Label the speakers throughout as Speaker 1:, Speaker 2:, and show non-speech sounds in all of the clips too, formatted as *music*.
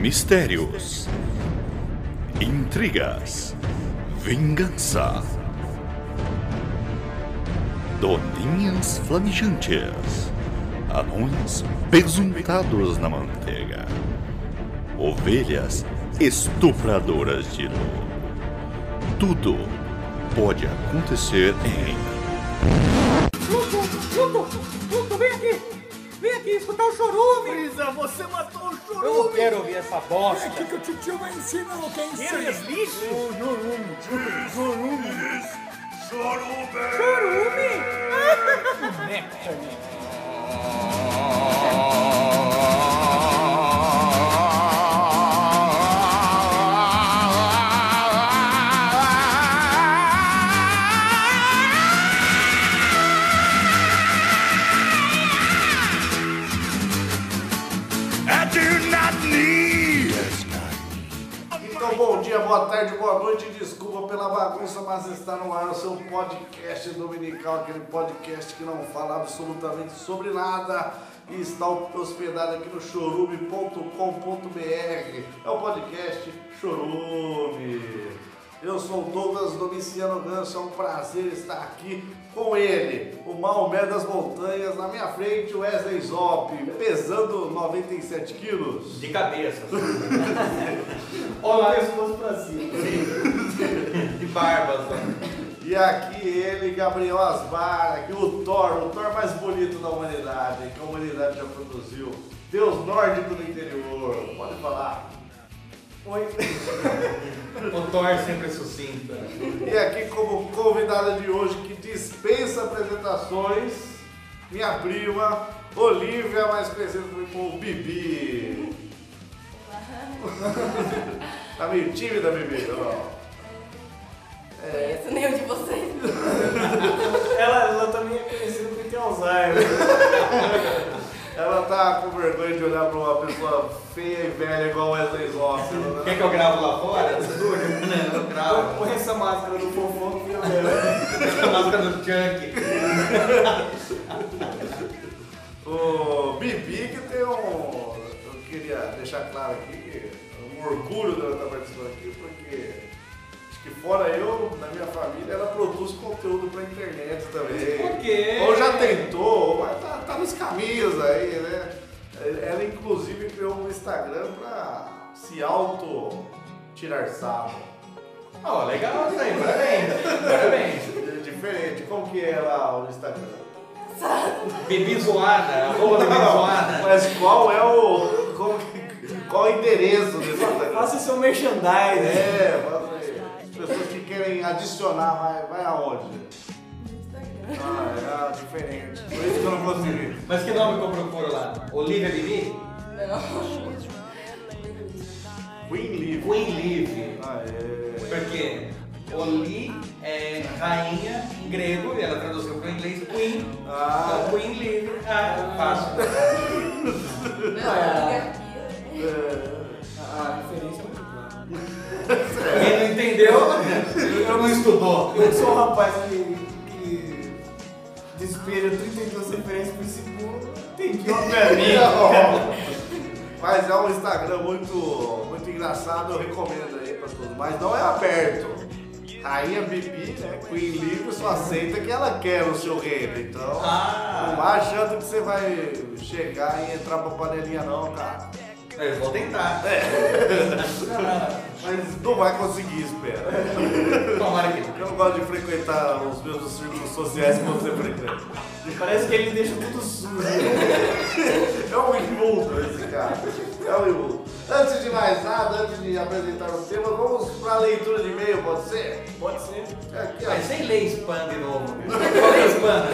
Speaker 1: Mistérios, intrigas, vingança, doninhas flamijantes, anões pesuntados na manteiga, ovelhas estupradoras de luz. Tudo pode acontecer em
Speaker 2: Luto, Luto, Luto, vem aqui! Vem aqui escutar o chorume!
Speaker 3: Isa, você matou o
Speaker 4: Eu não
Speaker 3: chorume!
Speaker 4: quero ouvir essa bosta.
Speaker 2: que o titio vai ensinar o que é ensino?
Speaker 3: lixo?
Speaker 2: Chorume!
Speaker 3: *laughs*
Speaker 5: Então, bom dia, boa tarde, boa noite. Desculpa pela bagunça, mas está no ar o seu podcast dominical, aquele podcast que não fala absolutamente sobre nada e está hospedado aqui no chorume.com.br. É o podcast Chorume. Eu sou o Douglas Domiciano Ganso, é um prazer estar aqui com ele, o Maomé das Montanhas, na minha frente, o Wesley Zop, pesando 97 quilos.
Speaker 4: De cabeça.
Speaker 3: Olha o pescoço pra cima.
Speaker 4: De barbas.
Speaker 5: E aqui ele, Gabriel Asbar, aqui o Thor, o Thor mais bonito da humanidade, que a humanidade já produziu. Deus nórdico do interior, pode falar. Oi.
Speaker 4: O Thor sempre sucinta.
Speaker 5: E aqui como convidada de hoje que dispensa apresentações, minha prima, Olivia, mais conhecida como Bibi. tá meio tímida, Bibi, não?
Speaker 6: conheço nenhum é de vocês. né?
Speaker 3: Ela, ela
Speaker 4: tá-
Speaker 3: também é conhecida por ter Alzheimer.
Speaker 5: Ela tá com vergonha de olhar pra uma pessoa feia e velha igual Wesley Zossi. né?
Speaker 4: Quer que eu gravo lá fora? No estúdio? Não, eu gravo.
Speaker 3: Põe essa máscara do fofão que eu quero.
Speaker 4: A máscara do Chunk.
Speaker 5: O Bibi que tem um. Eu queria deixar claro aqui que é um orgulho dela estar participando aqui, porque acho que fora eu, na minha família, ela produz conteúdo pra internet também.
Speaker 4: Por quê?
Speaker 5: Ou já tentou, mas tá, tá nos caminhos aí, né? Ela inclusive criou um Instagram pra se auto tirar sarro.
Speaker 4: Ó, legal isso aí. Parabéns. Parabéns.
Speaker 5: É Diferente, como que é lá o Instagram?
Speaker 4: Bibi zoada. Arroba Bibi zoada.
Speaker 5: Mas qual é o. Como que- qual é o endereço desse Instagram?
Speaker 3: Faça seu merchandising.
Speaker 5: É, fala aí. As pessoas que querem adicionar, vai, vai aonde? Ah, é diferente. Por isso que eu não consegui.
Speaker 4: Mas que nome que eu procuro lá? Olivia Bibi?
Speaker 6: Não.
Speaker 5: Queen Live.
Speaker 4: Queen Live.
Speaker 5: Ah, é.
Speaker 4: Porque Oli é rainha em grego e ela traduziu para o inglês Queen.
Speaker 5: Ah.
Speaker 4: Então, Queen Live. Ah, fácil.
Speaker 6: Não,
Speaker 3: A referência é muito clara.
Speaker 4: Quem não entendeu, eu não estudou.
Speaker 3: Eu sou um rapaz que, que despeja 32 referências por segundo. Entendi.
Speaker 5: *laughs* Mas é um Instagram muito, muito engraçado, eu recomendo aí pra todos. Mas não é aberto. Rainha Bibi, né? Queen Livre só aceita que ela quer o seu reino. Então,
Speaker 4: Ah.
Speaker 5: não vá achando que você vai chegar e entrar pra panelinha, não, cara.
Speaker 4: Eu vou tentar.
Speaker 5: Mas não vai conseguir, espera.
Speaker 4: Tomara que não.
Speaker 5: Eu não gosto de frequentar os meus círculos sociais que você frequenta.
Speaker 3: Parece que ele deixa tudo sujo.
Speaker 5: É um imundo esse cara. É um imundo. Antes de mais nada, antes de apresentar o tema, vamos para a leitura de e-mail, pode ser? É, assim,
Speaker 3: Pode ser.
Speaker 5: Aqui,
Speaker 4: Mas
Speaker 5: ó.
Speaker 4: sem ler spam de novo. Qual é spam?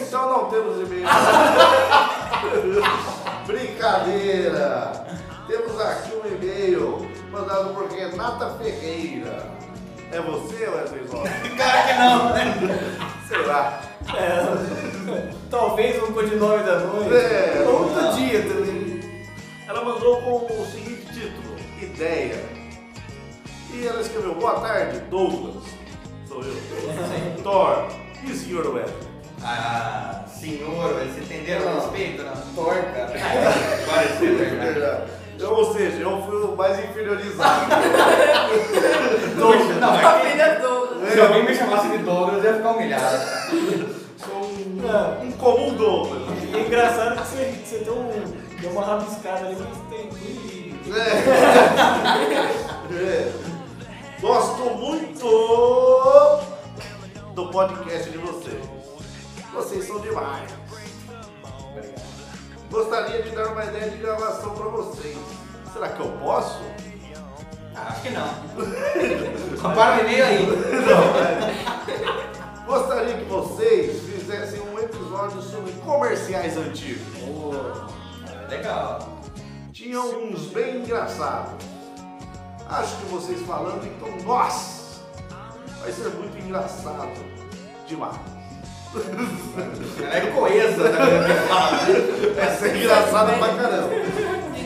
Speaker 5: Então não temos
Speaker 3: *laughs*
Speaker 5: e-mail. Brincadeira! Temos aqui um e-mail mandado por Renata Ferreira. É você, Wesley Zó?
Speaker 4: Claro que não, né?
Speaker 5: Sei lá.
Speaker 3: Talvez um codinome da noite.
Speaker 5: É,
Speaker 3: Ou outro dia também.
Speaker 5: Ela mandou com o seguinte título: Ideia. E ela escreveu: Boa tarde, Douglas. Sou *laughs* eu. Thor e é?". Sr. Wesley.
Speaker 4: Ah, senhor, eles entenderam o respeito, não?
Speaker 3: Torca.
Speaker 4: Agora você
Speaker 5: É verdade. Eu, ou seja, eu fui o mais inferiorizado.
Speaker 4: Douglas. Não,
Speaker 6: A
Speaker 4: mas
Speaker 6: filha do.
Speaker 4: se alguém me chamasse de Douglas, eu ia ficar humilhado.
Speaker 3: Sou um. Não.
Speaker 5: Um comum Douglas.
Speaker 3: E é engraçado que você, que você deu, um- deu uma rabiscada ali, mas tem que.
Speaker 5: É. É. Gosto muito do podcast de vocês. Vocês são demais. Gostaria de dar uma ideia de gravação pra vocês. Será que eu posso?
Speaker 4: Ah, Acho que não. *laughs* Compara o e-mail aí.
Speaker 5: Gostaria que vocês fizessem um episódio sobre comerciais antigos.
Speaker 4: Legal.
Speaker 5: Tinha uns bem engraçados. Acho que vocês falando, então, nossa! Vai ser muito engraçado. Demais.
Speaker 4: Ela é coesa também.
Speaker 5: Essa é engraçada pra caramba.
Speaker 6: De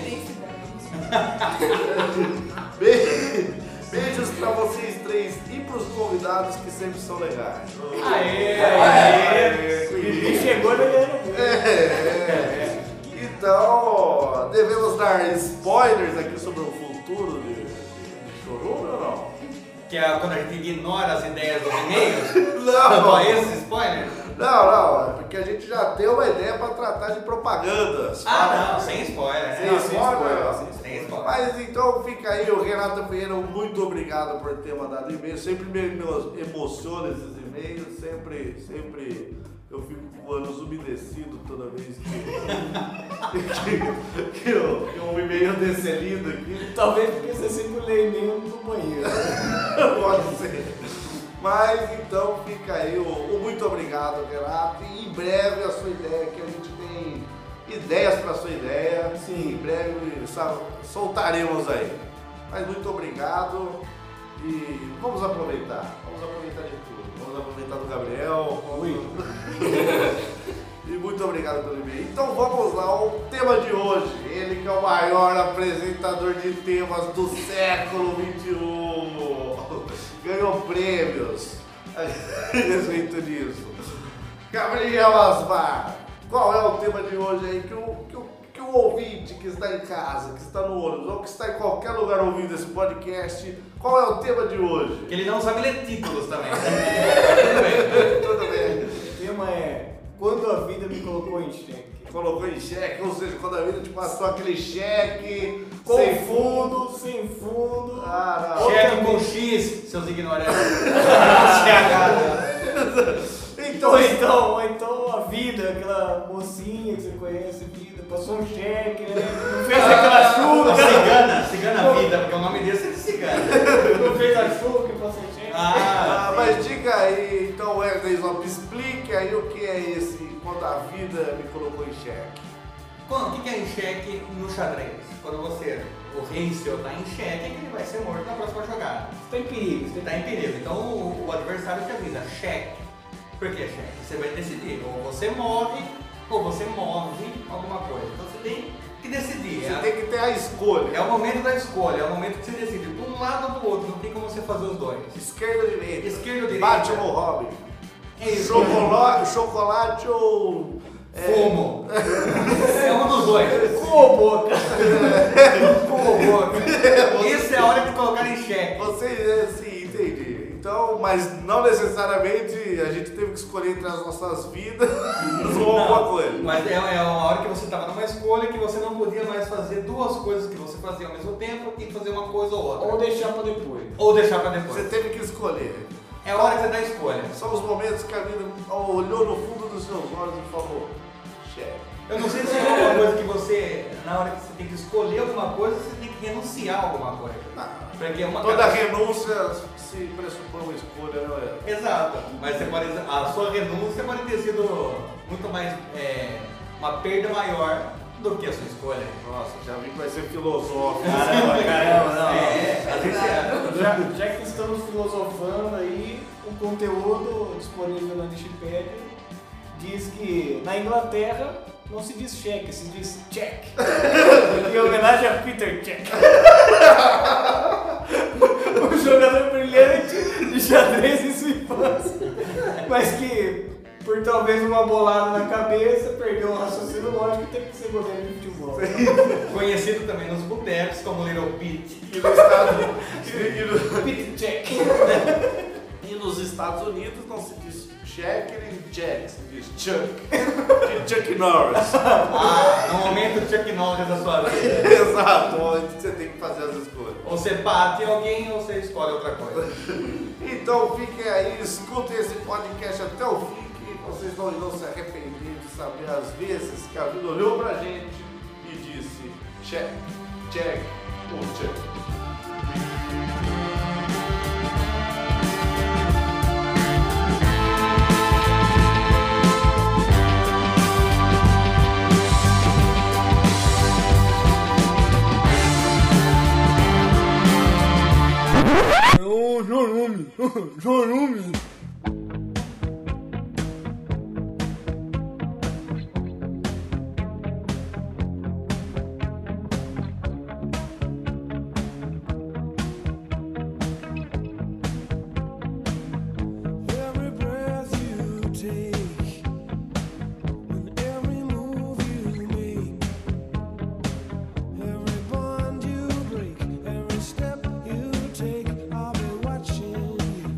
Speaker 6: densidade.
Speaker 5: Be- Beijos pra vocês três e pros convidados que sempre são legais.
Speaker 4: Aê, aê.
Speaker 3: Ele chegou né? ele era.
Speaker 5: É. Então, devemos dar spoilers aqui sobre o futuro de, de Chorume ou não?
Speaker 4: Que é quando a gente ignora as ideias dos e-mails.
Speaker 3: Tá
Speaker 5: Não.
Speaker 4: Só esse spoiler.
Speaker 5: Não, não, é porque a gente já tem uma ideia pra tratar de propagandas.
Speaker 4: Ah, não, sem spoiler.
Speaker 5: Sem
Speaker 4: Não,
Speaker 5: spoiler.
Speaker 4: Sem spoiler.
Speaker 5: Mas então fica aí, o Renato Ferreira, muito obrigado por ter mandado e-mail. Sempre me emo- emociona esses e-mails, sempre, sempre eu fico com o ânus umedecido toda vez que, que, *laughs* que, eu- que um e-mail desse é lido aqui.
Speaker 3: Talvez porque você sempre lê e-mail no banheiro.
Speaker 5: *laughs* Pode ser. Mas então fica aí o, o muito obrigado, Renato. E em breve a sua ideia, que a gente tem ideias para sua ideia. Sim, em breve sa- soltaremos aí. Mas muito obrigado e vamos aproveitar. Vamos aproveitar de tudo. Vamos aproveitar do Gabriel. vamos- e muito obrigado pelo e-mail. Então vamos lá ao tema de hoje. Ele que é o maior apresentador de temas do século XXI. Ganhou prêmios *laughs* a respeito disso. Gabriel Asmar, qual é o tema de hoje aí que o, que, o, que o ouvinte que está em casa, que está no ônibus ou que está em qualquer lugar ouvindo esse podcast, qual é o tema de hoje?
Speaker 4: Ele não sabe ler títulos também. né? Tudo
Speaker 5: Tudo
Speaker 4: bem.
Speaker 5: bem.
Speaker 3: O tema é Quando a vida me colocou em xeque.
Speaker 5: Colocou em cheque, ou seja, quando a vida te passou aquele cheque sem
Speaker 3: Sem
Speaker 5: fundo.
Speaker 3: fundo, sem fundo.
Speaker 5: Ah, não.
Speaker 3: Ou
Speaker 4: Cheque
Speaker 3: também-
Speaker 4: com X, seus ignorantes. Cheque.
Speaker 5: Então,
Speaker 3: Ou então, ou então a vida, aquela mocinha que você conhece, vida, passou um cheque, né? Não fez
Speaker 5: Ah,
Speaker 3: aquela
Speaker 4: A
Speaker 3: chuva, *laughs*
Speaker 4: Cigana, cigana vida, porque o nome desse é de cigana.
Speaker 3: não fez a chuva que passou um cheque.
Speaker 5: ah,
Speaker 4: Ah,
Speaker 5: mas diga aí, então, Wesley Zop, explique aí o que é esse quando a vida me colocou em xeque.
Speaker 4: Quando, o que que é em xeque no xadrez? Quando você, o rei seu tá em xeque, ele vai ser morto na próxima jogada.
Speaker 3: Tá em perigo, você
Speaker 4: Você
Speaker 3: tá
Speaker 4: tá em perigo. Então o, o adversário te avisa, cheque. Por que cheque? Você vai decidir, ou você morre, ou você move alguma coisa. Então você tem que decidir.
Speaker 5: Você
Speaker 4: É-
Speaker 5: tem que ter a escolha.
Speaker 4: É o momento da escolha, é o momento que você decide de um lado ou do outro, não tem como você fazer os dois.
Speaker 5: Esquerda ou direita?
Speaker 4: Esquerda ou direita?
Speaker 5: Batman ou Robin?
Speaker 4: É isso.
Speaker 5: Chocolate, chocolate ou... é, *laughs*
Speaker 4: Fumo. É um dos dois.
Speaker 3: com a
Speaker 4: *laughs*
Speaker 3: boca.
Speaker 4: Fumo, boca. Isso é a hora de colocar em xeque.
Speaker 5: Você, é, sim, entendi. Então, mas não necessariamente a gente teve que escolher entre as nossas vidas *laughs* ou alguma coisa.
Speaker 4: Mas é, é uma hora que você estava numa escolha que você não podia mais fazer duas coisas que você fazia ao mesmo tempo e fazer uma coisa ou outra.
Speaker 3: Ou deixar pra depois.
Speaker 4: Ou deixar pra
Speaker 5: Você
Speaker 4: depois.
Speaker 5: teve que escolher.
Speaker 4: É a hora que você dá a escolha.
Speaker 5: São os momentos que a vida olhou no fundo dos seus olhos e falou: chefe.
Speaker 4: Eu não sei se é alguma coisa que você, na hora que você tem que escolher alguma coisa, você tem que renunciar a alguma coisa.
Speaker 5: Ah,
Speaker 4: Porque uma
Speaker 5: Toda renúncia se pressupõe uma escolha, não é?
Speaker 4: Exato, mas você pode, a sua renúncia pode ter sido muito mais, é, uma perda maior do que a sua escolha.
Speaker 5: Nossa, já vi que vai ser filosófico.
Speaker 3: Caramba, caramba, não.
Speaker 4: É, às vezes é.
Speaker 3: Já, já que estamos filosofando aí, o conteúdo disponível na Wikipedia diz que na Inglaterra não se diz cheque, se diz check. *laughs* em homenagem a Peter Check. *laughs* um jogador brilhante de xadrez em sua infância, mas que por talvez uma bolada na cabeça perdeu o raciocínio zoológico teve que ser goleiro de futebol.
Speaker 4: Conhecido também nos botecos como Little Pete.
Speaker 5: E no estado. e no- *laughs*
Speaker 3: Pit check.
Speaker 5: E nos Estados Unidos não se diz Jack nem Jack, se diz Chuck. De Chuck Norris.
Speaker 4: Ah, é um momento Chuck Norris da sua vida.
Speaker 5: *laughs* Exato, onde você tem que fazer as escolhas.
Speaker 4: Ou você bate em alguém ou você escolhe outra coisa.
Speaker 5: Então fiquem aí, escutem esse podcast até o fim, que vocês não irão se arrepender de saber as vezes que a vida olhou pra gente e disse Jack, Jack ou Chuck.
Speaker 7: Every breath you take, and every move you make, every bond you break, every step you take, I'll be watching you.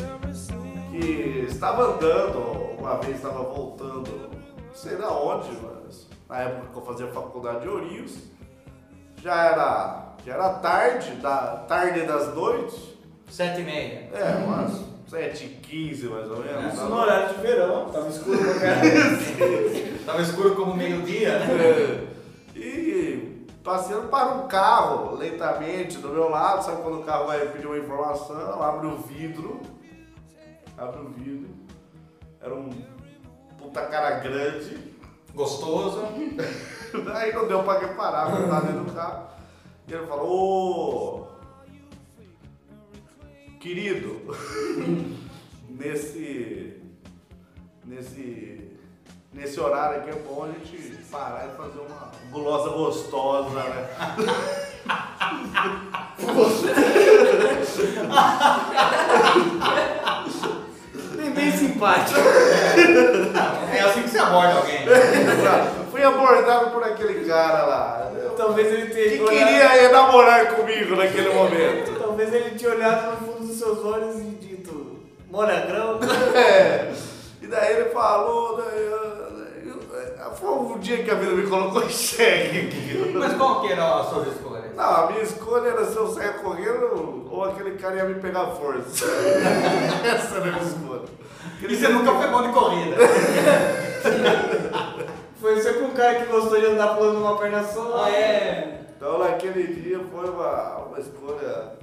Speaker 7: Every single
Speaker 5: que estava andando, uma vez estava voltando, não sei da onde, mas na época que eu fazia faculdade de Ourinhos, já era, já era tarde, da, tarde das noites,
Speaker 4: Sete e meia.
Speaker 5: é, umas 7h15 mais ou menos.
Speaker 3: Isso
Speaker 5: tá
Speaker 3: É, no
Speaker 5: bom?
Speaker 3: horário de verão, tava escuro pra caralho.
Speaker 4: Tava escuro como meio-dia, né?
Speaker 5: É. E passeando para um carro, lentamente, do meu lado, sabe quando o carro vai pedir uma informação, abre o vidro, abre o vidro, era um puta cara grande,
Speaker 4: Gostoso.
Speaker 5: *laughs* Aí não deu pra reparar, porque eu tava dentro do carro. E ele falou, ô querido, *laughs* nesse. nesse. Nesse horário aqui é bom a gente parar e fazer uma gulosa gostosa, né? *laughs*
Speaker 3: Bem, bem simpático.
Speaker 4: É assim que você aborda alguém.
Speaker 5: Fui abordado por aquele cara lá.
Speaker 3: Talvez ele
Speaker 5: Que
Speaker 3: tenha olhado.
Speaker 5: queria namorar comigo naquele momento.
Speaker 3: Talvez ele tenha olhado no fundo dos seus olhos e dito. Monagrão?
Speaker 5: É. E daí ele falou, daí, eu- eu- foi um dia que a vida me colocou em xeque aqui.
Speaker 4: Mas qual que era a sua escolha?
Speaker 5: Não, a minha escolha era se eu sair correndo ou aquele cara ia me pegar à força. *laughs* Essa era a minha escolha.
Speaker 4: E você nunca foi bom de corrida.
Speaker 3: Foi sempre um cara que gostou de andar pulando uma perna só.
Speaker 4: Ah, é.
Speaker 5: Então naquele dia foi uma, uma escolha.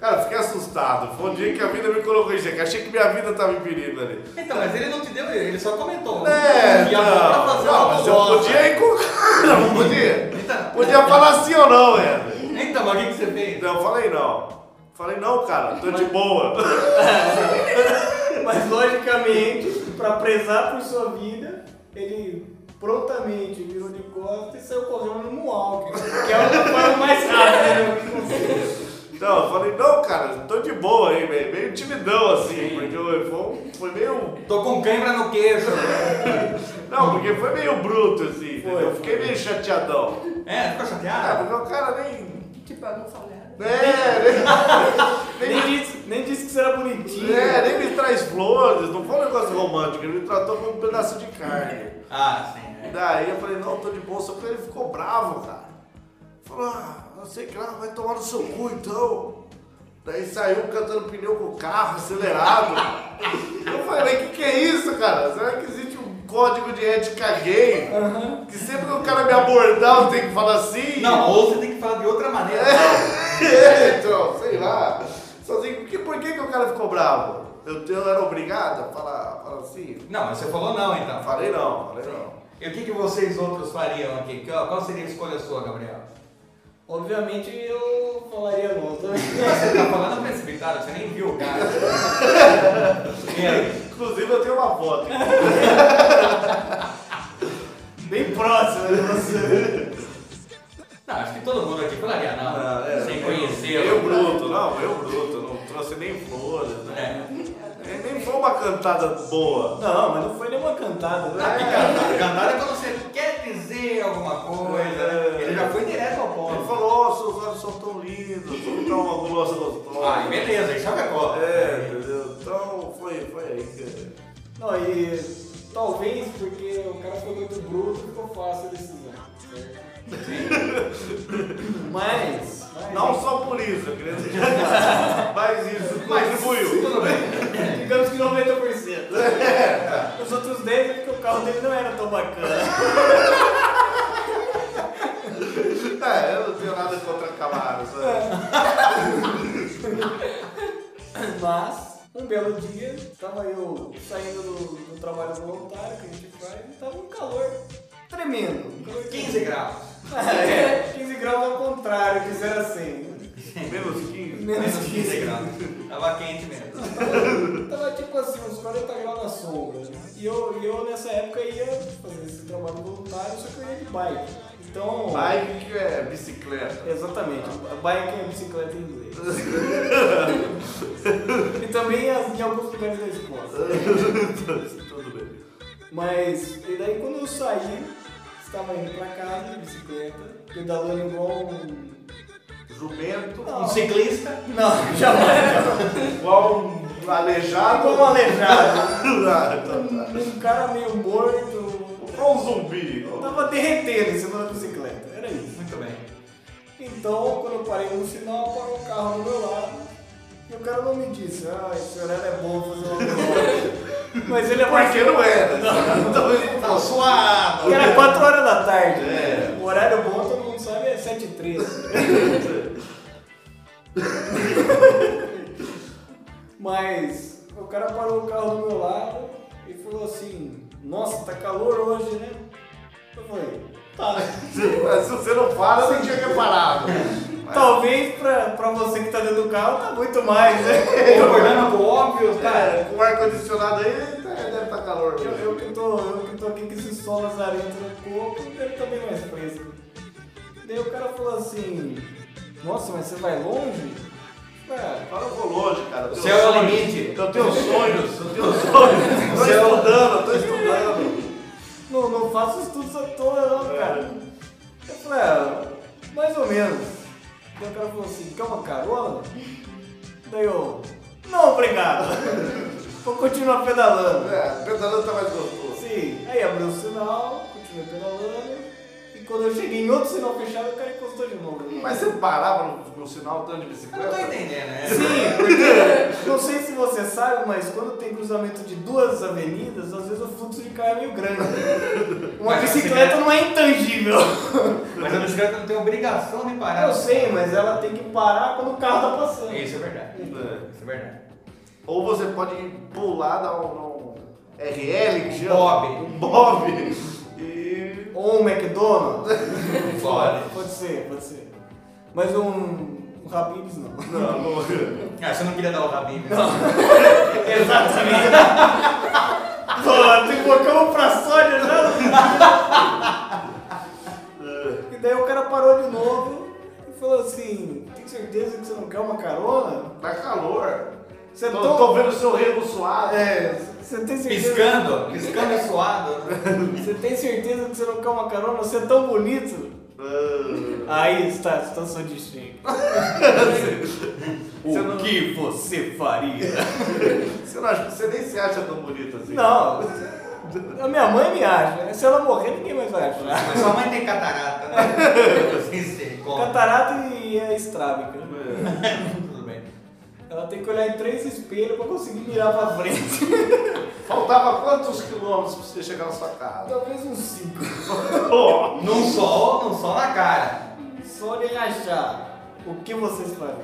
Speaker 5: Cara, eu fiquei assustado. Foi um dia que a vida me colocou em xeque. Achei que minha vida tava em perigo ali.
Speaker 4: Então, mas ele não te deu, ele só comentou.
Speaker 5: É,
Speaker 4: E a
Speaker 5: não,
Speaker 4: pra fazer
Speaker 5: não,
Speaker 4: uma né?
Speaker 5: mas eu
Speaker 4: gostosa.
Speaker 5: podia ir com *laughs* o cara, não podia? Podia falar sim ou não, é. velho.
Speaker 4: Então, mas o que que você fez?
Speaker 5: Não, eu falei não. Falei não, cara, tô de boa.
Speaker 3: *laughs* Mas logicamente, pra prezar por sua vida, ele prontamente virou de costas e saiu correndo no Mualk, que é o forma mais rápido. né?
Speaker 5: Não, Então, eu falei não, cara, tô de boa aí, meio, meio timidão assim, porque eu- foi, foi meio.
Speaker 4: Tô com cãibra no queixo.
Speaker 5: Não, porque foi meio bruto assim,
Speaker 3: Foi,
Speaker 5: entendeu? Eu fiquei meio chateadão.
Speaker 4: É, ficou chateado?
Speaker 5: Ah, porque o cara nem.
Speaker 6: Tipo, eu não falei nada.
Speaker 5: É, nem,
Speaker 3: Nem disse, nem disse que você era bonitinho.
Speaker 5: nem, é, nem me traz flores, não foi um negócio romântico, ele me tratou como um pedaço de carne.
Speaker 4: Ah, sim.
Speaker 5: E
Speaker 4: né?
Speaker 5: daí eu falei, não, tô de boa, só que ele ficou bravo, cara. Falou, ah, não sei que lá, vai tomar no seu cu então. Daí saiu cantando pneu com o carro, acelerado. Eu falei, que que é isso, cara? Será que existe um código de ética gay? Que sempre que o cara me abordar, eu tenho que falar assim?
Speaker 4: é. Não, ou você tem que falar de outra maneira.
Speaker 5: *laughs* É, então, sei lá. Só assim, por que, por que que o cara ficou bravo? Eu, eu era obrigado a falar, falar assim?
Speaker 4: Não, mas você falou não, então.
Speaker 5: Falei não, falei não.
Speaker 4: E o que, que vocês outros fariam aqui? Que- Qual seria a escolha sua, Gabriel?
Speaker 3: Obviamente eu falaria não. tá?
Speaker 4: Você tá falando precipitado, você nem viu o cara. E aí?
Speaker 5: Inclusive, eu tenho uma *laughs* foto.
Speaker 3: Bem próximo de você.
Speaker 4: Não, acho que todo mundo aqui falaria não.
Speaker 5: Não, é,
Speaker 4: sem
Speaker 5: eu-
Speaker 4: conhecer. né?
Speaker 5: Eu bruto, não, eu bruto, não trouxe nem flores, né?
Speaker 4: É.
Speaker 5: Nem- Nem foi uma cantada boa.
Speaker 3: Não, mas não foi nenhuma uma cantada, né?
Speaker 4: Cantar cantar é quando você quer dizer alguma coisa. né? Ele já foi direto ao
Speaker 5: É. Ele
Speaker 4: ponto.
Speaker 5: falou, "Ó, seus olhos são tão lindos, como tá uma gulosa gostosa.
Speaker 4: Ah, beleza, isso é o que é bom.
Speaker 5: É, entendeu? Então foi, foi aí que.
Speaker 3: Não, e talvez porque o cara foi muito bruto, ficou fácil a decisão. Mas, mas
Speaker 5: Não só por isso, eu queria dizer. *laughs* Mas isso, *laughs* contribuiu.
Speaker 3: tudo bem. Digamos que 90%. Os outros 10 porque o carro dele não era tão bacana.
Speaker 5: É, eu não tenho nada contra né? Camaro, sabe?
Speaker 3: Mas, um belo dia, tava eu saindo do, do trabalho voluntário que a gente faz e tava um calor tremendo. Um calor
Speaker 4: 15 graus.
Speaker 3: É, 15 graus ao contrário, que assim. 0 a 100.
Speaker 5: Menos 15.
Speaker 3: Menos
Speaker 4: Menos 15 graus. Tava quente mesmo.
Speaker 3: Tava tipo assim, uns 40 graus na sombra. E eu, e eu nessa época ia fazer esse trabalho voluntário, só que eu ia de bike. Então.
Speaker 5: Bike que é bicicleta.
Speaker 3: Exatamente, a bike é bicicleta em
Speaker 5: *laughs*
Speaker 3: inglês. e também é as- em alguns lugares da escola.
Speaker 5: Tudo bem.
Speaker 3: Mas, e daí quando eu saí, estava indo pra casa de bicicleta, pedalando igual um.
Speaker 5: Jumento,
Speaker 4: Um ciclista.
Speaker 3: Não, *laughs* jamais.
Speaker 5: igual um aleijado.
Speaker 3: Igual um aleijado.
Speaker 5: Ah, então tá.
Speaker 3: um cara meio morto.
Speaker 5: *laughs* Igual um zumbi.
Speaker 3: Eu tava derretendo em cima da bicicleta, era isso.
Speaker 4: Muito bem.
Speaker 3: Então, quando eu parei no sinal, parou um carro do meu lado. E o cara não me disse, ah, esse horário é bom fazer uma
Speaker 5: *laughs*
Speaker 3: coisa. Mas ele é mais
Speaker 5: Porque não era. Então ele tá suado.
Speaker 3: Era 4 horas da tarde.
Speaker 5: É.
Speaker 3: O horário bom, todo mundo sabe, é 7 e 13. Mas o cara parou o carro do meu lado e falou assim, nossa, tá calor hoje, né? Eu falei, tá.
Speaker 5: Mas se você não fala, você tinha que parado.
Speaker 3: Talvez pra, pra você que tá dentro do carro tá muito mais, né?
Speaker 4: Concordando com o óbvio, cara.
Speaker 5: É, com o ar-condicionado aí, tá- deve estar calor.
Speaker 3: Eu,
Speaker 5: mesmo.
Speaker 3: eu que tô, eu que tô aqui com esse sol lazarento no corpo, deve estar bem mais é fresco. Daí o cara falou assim, nossa, mas você vai longe? É,
Speaker 5: Fala, eu vou longe, cara. Eu
Speaker 4: O
Speaker 5: tenho
Speaker 4: céu é o
Speaker 5: sonhos.
Speaker 4: limite.
Speaker 5: Eu tenho
Speaker 4: *laughs*
Speaker 5: sonhos, eu tenho sonhos. Tô
Speaker 4: céu- é
Speaker 5: estudando, eu tô estudando.
Speaker 3: não, não faço estudos à toa não, cara. Eu falei, é, mais ou menos. Daí o cara falou assim, quer uma carona? Daí eu, não, obrigado. *laughs* Vou continuar pedalando.
Speaker 5: É, pedalando tá mais gostoso.
Speaker 3: Sim, aí abriu o sinal, continuei pedalando, e quando eu cheguei em outro sinal fechado, o cara encostou de novo.
Speaker 5: Mas você parava no, no sinal tanto de
Speaker 4: Eu não tô
Speaker 5: bicicleta?
Speaker 4: entendendo, né?
Speaker 3: Sim, porque não sei se você sabe, mas quando tem cruzamento de duas avenidas, às vezes o fluxo de carro é meio grande. Uma
Speaker 4: Mas assim, né? a
Speaker 3: bicicleta não é intangível.
Speaker 4: Mas a bicicleta não tem obrigação de parar.
Speaker 3: Eu sei, mas ela tem que parar quando o carro tá passando.
Speaker 4: Isso é verdade.
Speaker 5: É.
Speaker 4: Isso é verdade.
Speaker 5: Ou você pode pular, dar um, um RL, que chama?
Speaker 4: Bob.
Speaker 5: Um bob. E...
Speaker 3: Ou um McDonald's.
Speaker 4: Pode.
Speaker 3: Pode ser, pode ser. Mas um, um Habib's não.
Speaker 5: Não, não.
Speaker 4: Ah, você não queria dar o rabinho. né?
Speaker 3: Exatamente. Pô, tem bocão pra né? sódio, não?
Speaker 5: é.
Speaker 3: e daí o cara parou de novo e falou assim, tem certeza que você não quer uma carona?
Speaker 5: Tá calor. tá
Speaker 3: Você é
Speaker 5: tô,
Speaker 3: tão-
Speaker 5: tô vendo o seu rego suado.
Speaker 3: É, você tem certeza...
Speaker 4: Piscando, piscando e suado.
Speaker 3: Você tem certeza que você não quer uma carona? Você é tão bonito.
Speaker 5: Ah,
Speaker 3: Aí está a situação de *laughs* Shen.
Speaker 5: Você não-
Speaker 3: que você faria?
Speaker 5: você, não acha- você nem se acha tão bonito assim.
Speaker 3: Não, a minha mãe me acha. Se ela morrer, ninguém mais vai achar.
Speaker 4: Mas sua mãe tem catarata, né? Assim se conta.
Speaker 3: É Catarata e a estrábica.
Speaker 5: É.
Speaker 4: Tudo bem.
Speaker 3: Ela tem que olhar em três espelhos pra conseguir mirar pra frente. *laughs*
Speaker 5: Faltava quantos quilômetros pra você chegar na sua casa?
Speaker 3: Talvez uns
Speaker 5: *laughs*
Speaker 3: cinco.
Speaker 5: Pô,
Speaker 4: Num sol, num sol na cara.
Speaker 3: Só de achar. O que vocês fariam?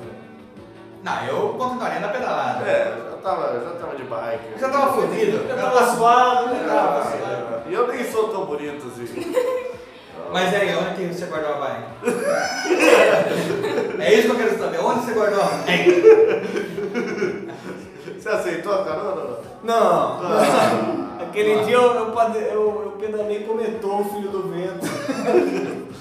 Speaker 4: Não, eu continuaria na pedalada.
Speaker 5: é, já tava, já tava de bike.
Speaker 4: Eu já tava fodido.
Speaker 3: Eu tava suado, né? Tava suado.
Speaker 5: Ah, E eu nem sou tão bonito assim.
Speaker 4: Mas aí, onde que você guardou a bike? *laughs* é isso que eu quero saber. Onde você guardou a bike?
Speaker 5: Você aceitou a carona? ou não?
Speaker 3: Não. Aquele dia eu, eu, pade- eu, eu pedalei com o metrô, filho do vento.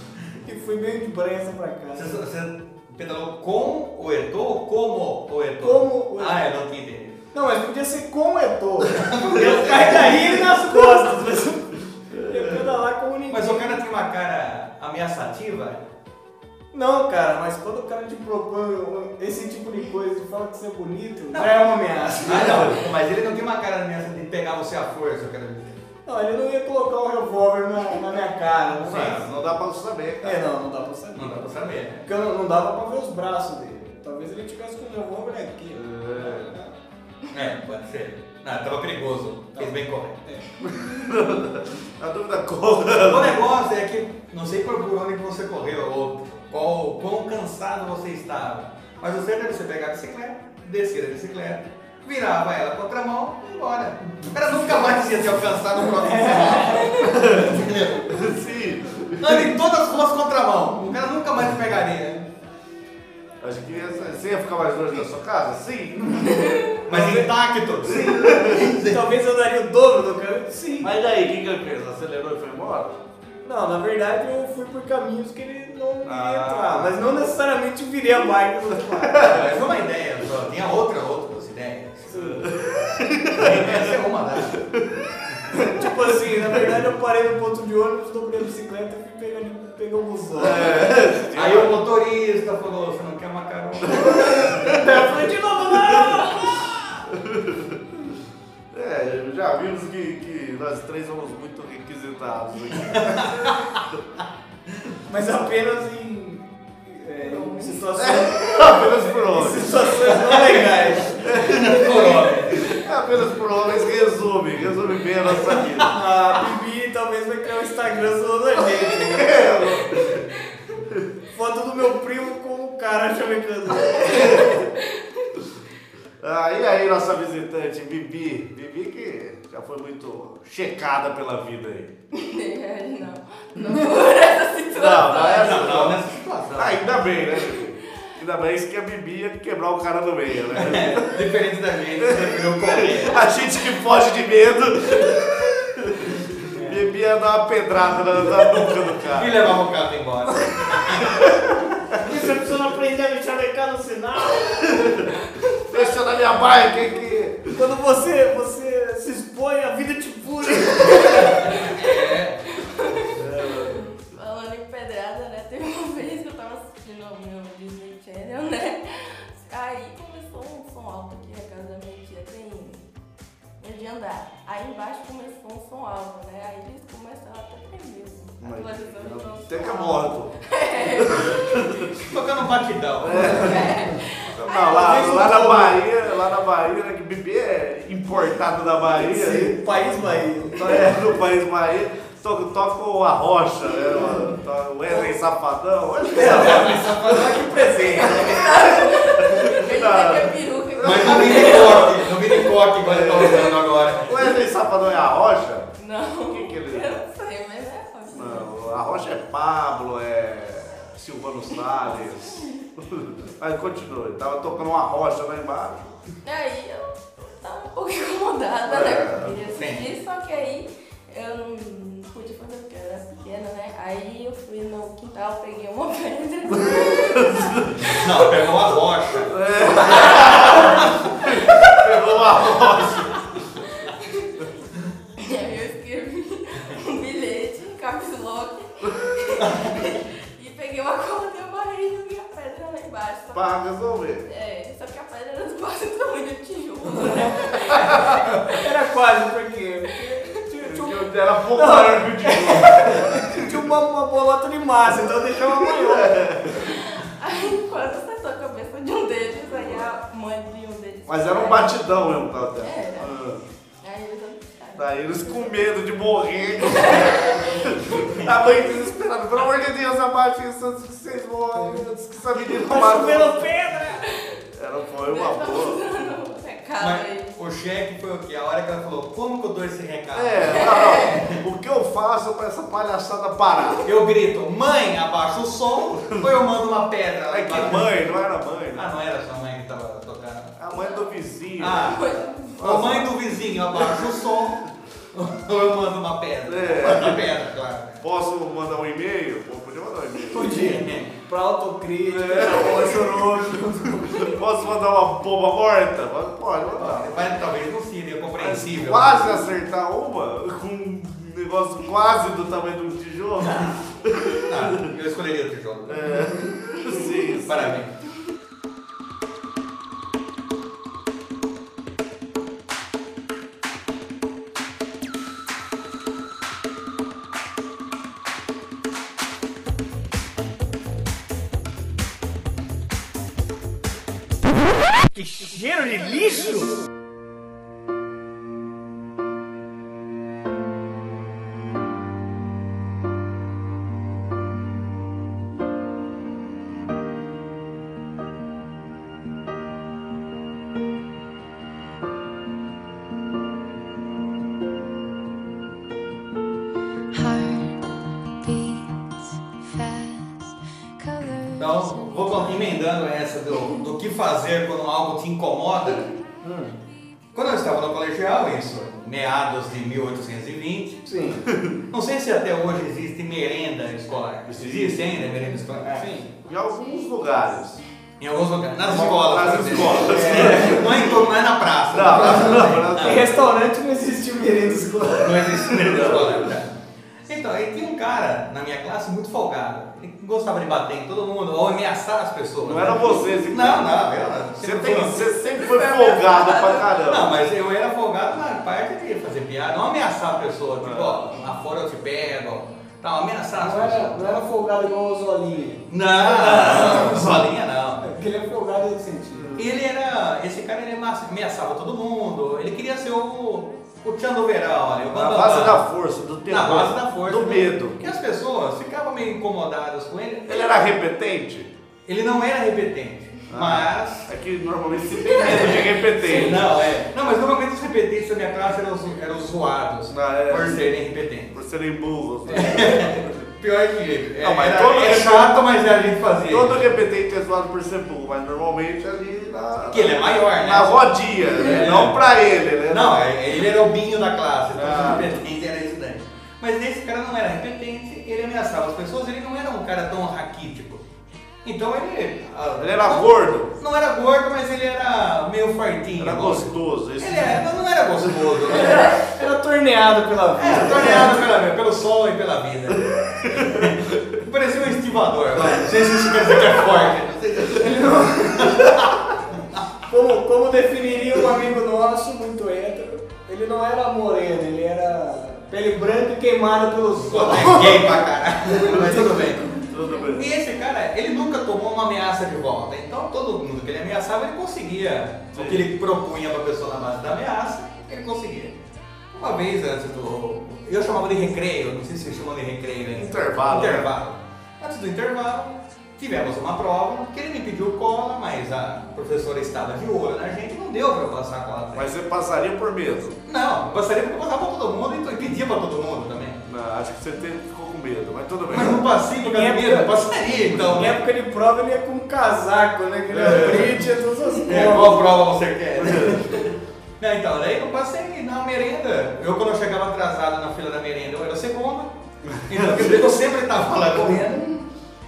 Speaker 3: e fui meio depressa pra
Speaker 4: Você,
Speaker 3: casa.
Speaker 4: você pedalou com o Eto ou como o Eto?
Speaker 3: Como o Eto'o.
Speaker 4: Ah, eu não tinha entendido.
Speaker 3: Não, mas podia ser com o Eto'o. Eu carregaria nas costas, mas eu pedalar como ninguém.
Speaker 4: Mas o cara tem uma cara ameaçativa.
Speaker 3: Não, cara, mas quando o cara te propõe esse tipo de coisa, te fala que você é bonito, já é uma ameaça.
Speaker 4: Ah, não. Mas ele não tem uma cara ameaça de pegar você à força, eu quero dizer.
Speaker 3: Não, ele não ia colocar um revólver na, na minha cara, não
Speaker 5: Mano,
Speaker 3: é?
Speaker 5: não dá pra saber, cara.
Speaker 3: É, não, não dá pra saber.
Speaker 4: Não dá pra saber, né?
Speaker 3: É Porque eu não, não dava pra ver os braços dele. Talvez ele tivesse com um revólver aqui.
Speaker 4: É, pode ser. Não, tava perigoso.
Speaker 3: Tá.
Speaker 4: Fez bem correto.
Speaker 5: A dúvida corra.
Speaker 4: O negócio é que, não sei por onde que você correu, ou qual, quão cansado você estava, mas o certo é você pegar a bicicleta, descer a bicicleta, virava ela com outra mão e ir embora. O cara nunca mais ia te alcançar no próximo sinal.
Speaker 5: *laughs*
Speaker 4: Entendeu?
Speaker 5: Sim.
Speaker 4: Anda em todas as ruas contramão. O cara nunca mais te pegaria.
Speaker 5: Acho que essa- você ia ficar mais longe da sua casa? Sim.
Speaker 4: Mas intacto. Sim.
Speaker 3: *laughs* Talvez eu daria o dobro do caminho. Sim.
Speaker 5: Mas daí, o que que ele fez? Acelerou e foi embora?
Speaker 3: Não, na verdade eu fui por caminhos que ele não iria
Speaker 5: Ah.
Speaker 3: entrar. Mas não necessariamente virei a bike do outro
Speaker 4: *laughs*
Speaker 3: lado.
Speaker 4: Mas É, uma ideia só. Tinha outra, outras ideias. Essa é uma das.
Speaker 3: Tipo assim, na verdade eu parei no ponto de ônibus, dobrei a bicicleta e fui pegar, pegar o busão.
Speaker 4: Aí o motorista falou, você não quer uma *laughs* carona?
Speaker 3: Aí eu falei de novo, não!
Speaker 5: É, já vimos que, que nós três somos muito requisitados aqui.
Speaker 3: Mas apenas em, é,
Speaker 5: *laughs*
Speaker 3: em situações,
Speaker 5: *laughs* Apenas por homens.
Speaker 3: situações não legais.
Speaker 5: Apenas por homens resume, resume bem a nossa vida.
Speaker 3: A Bibi talvez vai criar um Instagram zoando a gente. Foto do meu primo com o cara chamecando.
Speaker 5: Ah, e aí, nossa visitante, Bibi. Bibi que já foi muito checada pela vida aí.
Speaker 6: Não, não por essa situação.
Speaker 5: não é
Speaker 4: Não, não, nessa situação.
Speaker 5: Ainda bem, né? Bibi? Ainda bem isso que a Bibi ia quebrar o cara no meio, né? *laughs*
Speaker 4: É, Diferente da gente, você preferiu correr.
Speaker 5: A gente que foge de medo. *laughs* Bibi ia dar uma pedrada na, na nuca do
Speaker 4: E
Speaker 5: cara.
Speaker 4: levava o carro embora.
Speaker 3: Você precisa aprender a me chamecar no sinal.
Speaker 5: Deixa na minha bike aqui.
Speaker 3: Quando você, você se expõe, a vida te pune.
Speaker 6: Falando em pedrada, né? Teve uma vez que eu tava assistindo ao meu Disney Channel, né? Aí começou um som alto aqui na casa da minha tia, tem meio de andar. Aí embaixo começou um som alto, né? Aí eles começaram até a tremer. assim, atualizando o som
Speaker 5: Teca
Speaker 6: alto.
Speaker 5: morto.
Speaker 4: Tocando um batidão. é.
Speaker 5: Não, lá, lá na Bahia, lá na Bahia, né, que bebê é importado da Bahia,
Speaker 3: Sim, país Bahia.
Speaker 5: então é do país Bahia, toca, toca o Arrocha, né, mano? Toca o Wesley Safadão, acho que é. *laughs* né?
Speaker 6: Ele tá com a peruca aqui.
Speaker 4: Mas não vira em corte, não vira em corte igual ele tá usando agora.
Speaker 5: O Wesley Safadão é Arrocha?
Speaker 6: Não.
Speaker 5: Quem que ele é?
Speaker 6: Eu não sei, mas é fácil.
Speaker 5: Não, Arrocha é Pablo, é Silvano Salles. *laughs* Mas continua, ele tava tocando uma rocha lá embaixo.
Speaker 6: Aí eu tava um pouco *laughs* incomodada,
Speaker 5: É,
Speaker 6: né? Porque eu assisti, só que aí eu não pude fazer porque eu era pequena, né? Aí eu fui no quintal, peguei uma *laughs* pedra.
Speaker 4: Não, pegou uma rocha.
Speaker 5: Pegou uma rocha.
Speaker 6: e aí eu escrevi um bilhete em caps lock. *laughs* e peguei uma corda e eu barrei e joguei a pedra lá embaixo. Só-
Speaker 5: Pra resolver.
Speaker 6: É, só que a pedra era do quase do tamanho do tijolo, né?
Speaker 5: *laughs*
Speaker 3: Era
Speaker 5: um
Speaker 3: quase, por quê? Porque tinha- tinha um-
Speaker 5: Era pouco maior que o Dino.
Speaker 3: *laughs* Tinha uma, uma bolota de massa, então eu deixei uma maior.
Speaker 6: Aí quase acertou a cabeça de um deles, aí a mãe de um deles.
Speaker 5: Mas era um batidão mesmo, tava tendo.
Speaker 3: É.
Speaker 6: Era.
Speaker 5: Ah.
Speaker 6: Aí eles avisaram.
Speaker 5: Daí eles com medo de morrer. a mãe desesperada, pelo amor de Deus, abaixa isso antes que vocês morrem, antes que essa menina
Speaker 3: Tá
Speaker 5: mate."
Speaker 3: chovendo pedra.
Speaker 5: Ela foi uma boa.
Speaker 6: é Recado aí.
Speaker 4: Mas o cheque foi o quê? A hora que ela falou, como que eu dou esse recado?
Speaker 5: É, não, não. O que eu faço pra essa palhaçada parar?
Speaker 4: Eu grito, mãe, abaixa o som, ou eu mando uma pedra lá
Speaker 5: É que
Speaker 4: embaixo?
Speaker 5: mãe, não era mãe, né?
Speaker 4: Ah, não era sua mãe que tava tocando.
Speaker 5: A mãe do vizinho.
Speaker 4: Ah, a mãe do vizinho abaixa o som, Ou eu mando uma pedra.
Speaker 5: É.
Speaker 4: Uma pedra, claro. né?
Speaker 5: Posso mandar um e-mail? Pô, podia mandar um e-mail.
Speaker 4: *laughs*
Speaker 3: Podia. Pra autocrítica,
Speaker 5: É.
Speaker 3: pra choroso.
Speaker 5: Posso mandar uma bomba morta? Pode mandar.
Speaker 4: Mas talvez não seria compreensível.
Speaker 5: É. Quase acertar uma com um negócio quase do tamanho de um tijolo.
Speaker 4: Ah, eu escolheria o tijolo.
Speaker 5: É. Sim, sim.
Speaker 4: Parabéns.
Speaker 2: Que cheiro de lixo!
Speaker 8: Heart beats fast, colors.
Speaker 4: Então, vou con- emendando essa do, do que fazer quando algo te incomoda.
Speaker 5: Hum.
Speaker 4: Quando eu estava no colegial, isso, meados de 1820, *laughs*
Speaker 3: Sim.
Speaker 4: não sei se até hoje existe merenda escolar. Existe ainda merenda escolar? Sim.
Speaker 5: Em alguns lugares.
Speaker 4: Em alguns lugares. Nas escolas.
Speaker 5: É. Nas
Speaker 4: por exemplo.
Speaker 5: escolas.
Speaker 4: É, *laughs* não, é em todo- não é na praça.
Speaker 5: Não,
Speaker 4: Na praça
Speaker 5: não,
Speaker 4: tem.
Speaker 5: não,
Speaker 3: Em restaurante não existe merenda escolar.
Speaker 4: Não existe merenda escolar. tá? Então, aí tinha um cara na minha classe muito folgado. Ele gostava de bater em todo mundo ou ameaçar as pessoas.
Speaker 5: não
Speaker 4: né?
Speaker 5: era vocês, hein?
Speaker 4: Não, não, eu não.
Speaker 5: Você,
Speaker 4: Sempre
Speaker 5: tem-
Speaker 4: fui-
Speaker 5: você sempre foi
Speaker 4: é
Speaker 5: folgado pra caramba.
Speaker 4: Não, mas eu era folgado na parte de fazer piada, não ameaçar a pessoa,
Speaker 5: Ah.
Speaker 4: tipo, ó, lá fora eu te pego, tal, ameaçar as
Speaker 3: Não era,
Speaker 4: pessoas.
Speaker 3: não era folgado igual o Zolinha.
Speaker 4: Não, solinha não.
Speaker 3: Porque ele é folgado em outro sentido.
Speaker 4: Ele era, esse cara ele amassa- ameaçava todo mundo, ele queria ser o, o Tchan do Verão, olha, o
Speaker 5: Na
Speaker 4: Bambambam.
Speaker 5: base da força, do terror.
Speaker 4: Na base da força. né?
Speaker 5: Do medo.
Speaker 4: Porque as pessoas ficavam meio incomodadas com ele.
Speaker 5: Ele era repetente?
Speaker 4: Ele não era repetente, mas
Speaker 5: É que normalmente se tem medo de repetente.
Speaker 4: Não, é. Não, mas normalmente os repetentes da minha classe eram, os- eram os zoados
Speaker 5: Ah, é.
Speaker 4: por serem repetentes.
Speaker 5: Por serem burros. Né?
Speaker 4: Pior que. É,
Speaker 5: Não, mas
Speaker 4: era-
Speaker 5: todo
Speaker 4: é
Speaker 5: mundo-
Speaker 4: chato, mas a gente fazia.
Speaker 5: Todo repetente é zoado por ser burro, mas normalmente ali na.
Speaker 4: Que ele é maior, né?
Speaker 5: Na rodinha, né?
Speaker 4: É.
Speaker 5: Não pra ele, né?
Speaker 4: Não, é- ele era o binho da classe, então
Speaker 5: Ah.
Speaker 4: os repetentes eram estudantes. Mas esse cara não era repetente, ele ameaçava as pessoas, ele não era um cara tão raquítico. Então ele. ah,
Speaker 5: Ele era
Speaker 4: não-
Speaker 5: gordo.
Speaker 4: Não era gordo, mas ele era meio fartinho.
Speaker 5: Era gostoso. Esse...
Speaker 4: é Ele é. era, não era gostoso. né?
Speaker 3: Era torneado pela vida.
Speaker 4: *laughs* É, torneado pela, pelo sol e pela vida. *laughs* Parecia um estivador, vai. Não sei se isso quer dizer que é forte. Não sei se
Speaker 3: Como, como definiria um amigo nosso, muito hétero, ele não era moreno, ele era pele branca e queimada pelos
Speaker 4: Pô, é gay pra caralho. Mas tudo bem.
Speaker 5: Tudo bem.
Speaker 4: E esse cara, ele nunca tomou uma ameaça de volta. Então todo mundo que ele ameaçava, ele conseguia. O que ele propunha pra pessoa na base da ameaça, ele conseguia. Uma vez antes do. Eu chamava de recreio, não sei se vocês chamam de recreio ainda.
Speaker 5: Intervalo.
Speaker 4: Intervalo. Antes do intervalo, tivemos uma prova, que ele me pediu cola, mas a professora estava de olho na gente, não deu pra eu passar a cola. pra ele.
Speaker 5: Mas você passaria por medo.
Speaker 4: Não, eu passaria porque eu passava pra todo mundo então, e pedia pra todo mundo também.
Speaker 5: Não, né? acho que você te- ficou com medo, mas tudo bem.
Speaker 4: Mas não passei por causa do medo, eu passaria então.
Speaker 3: Em
Speaker 4: né?
Speaker 3: época de prova ele ia com um casaco, né? Que ele
Speaker 4: É.
Speaker 3: era brite, todas as
Speaker 4: É,
Speaker 3: coisas.
Speaker 4: qual prova você quer? *laughs* Não, então, daí eu passei na merenda. Eu, quando eu chegava atrasado na fila da merenda, eu era o segundo. Então, quer dizer, eu sempre estava lá correndo.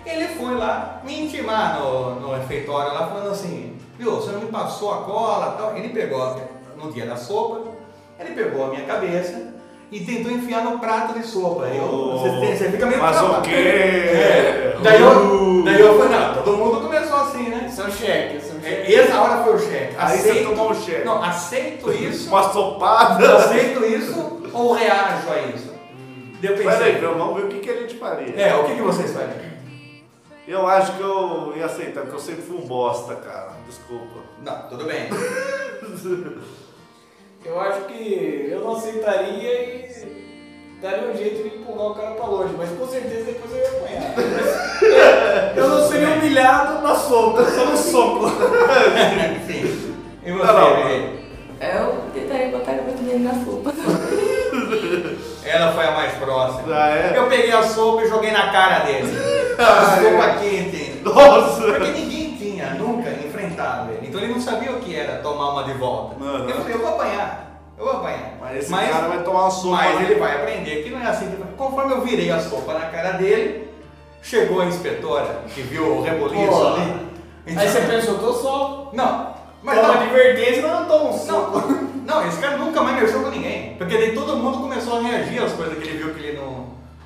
Speaker 4: Ele foi lá me intimar no, no refeitório lá, falando assim: viu, você não me passou a cola e tal. Ele pegou, no dia da sopa, ele pegou a minha cabeça e tentou enfiar no prato de sopa. Eu,
Speaker 5: Oh,
Speaker 4: você, tem- você fica meio
Speaker 5: Mas o
Speaker 4: travado.
Speaker 5: quê? Uh.
Speaker 4: É. Daí eu, daí eu falei: não, todo mundo começou assim, né?
Speaker 3: São cheques, são cheques.
Speaker 4: É, Essa hora foi o cheque.
Speaker 5: Aí você
Speaker 4: Aceito-
Speaker 5: tomou o cheque.
Speaker 4: Não, aceito isso,
Speaker 5: Uma sopada.
Speaker 4: aceito isso ou reajo a isso? Deu
Speaker 5: Peraí,
Speaker 4: pensei.
Speaker 5: vamos ver o que, que a gente faria.
Speaker 4: É, o que, que vocês fariam?
Speaker 5: Eu acho que eu ia aceitar, porque eu sempre fui um bosta, cara. Desculpa.
Speaker 4: Não, tudo bem.
Speaker 3: Eu acho que eu não aceitaria e daria um jeito de empurrar o cara pra longe, mas com certeza depois eu ia *laughs* apanhar. Mas eu não seria um humilhado na sopa, só no soco.
Speaker 4: Sim. E você,
Speaker 5: Não, não.
Speaker 4: Vivi?
Speaker 6: Eu tentaria botar a cabeça dele na sopa.
Speaker 4: Ela foi a mais próxima.
Speaker 5: Ah, é?
Speaker 4: Eu peguei a sopa e joguei na cara dele.
Speaker 5: Ah,
Speaker 4: A sopa quente.
Speaker 5: Nossa!
Speaker 4: Porque ninguém tinha nunca enfrentado ele. Então ele não sabia o que era tomar uma de volta.
Speaker 5: Aham.
Speaker 4: Eu falei, eu vou apanhar. eu vou apanhar.
Speaker 5: Mas esse cara vai tomar uma sopa.
Speaker 4: Mas
Speaker 5: né?
Speaker 4: ele vai aprender que não é assim. que vai- Conforme eu virei a sopa na cara dele, chegou a inspetora que viu o reboliço
Speaker 3: Pô.
Speaker 4: ali. Então,
Speaker 3: Aí você pensou, tô só.
Speaker 4: Não, mas
Speaker 3: Toma
Speaker 4: não,
Speaker 3: advertência, não, eu tomo um
Speaker 4: não,
Speaker 3: soco.
Speaker 4: não, esse cara nunca mais mexeu com ninguém. Porque daí todo mundo começou a reagir às coisas que ele viu que ele não,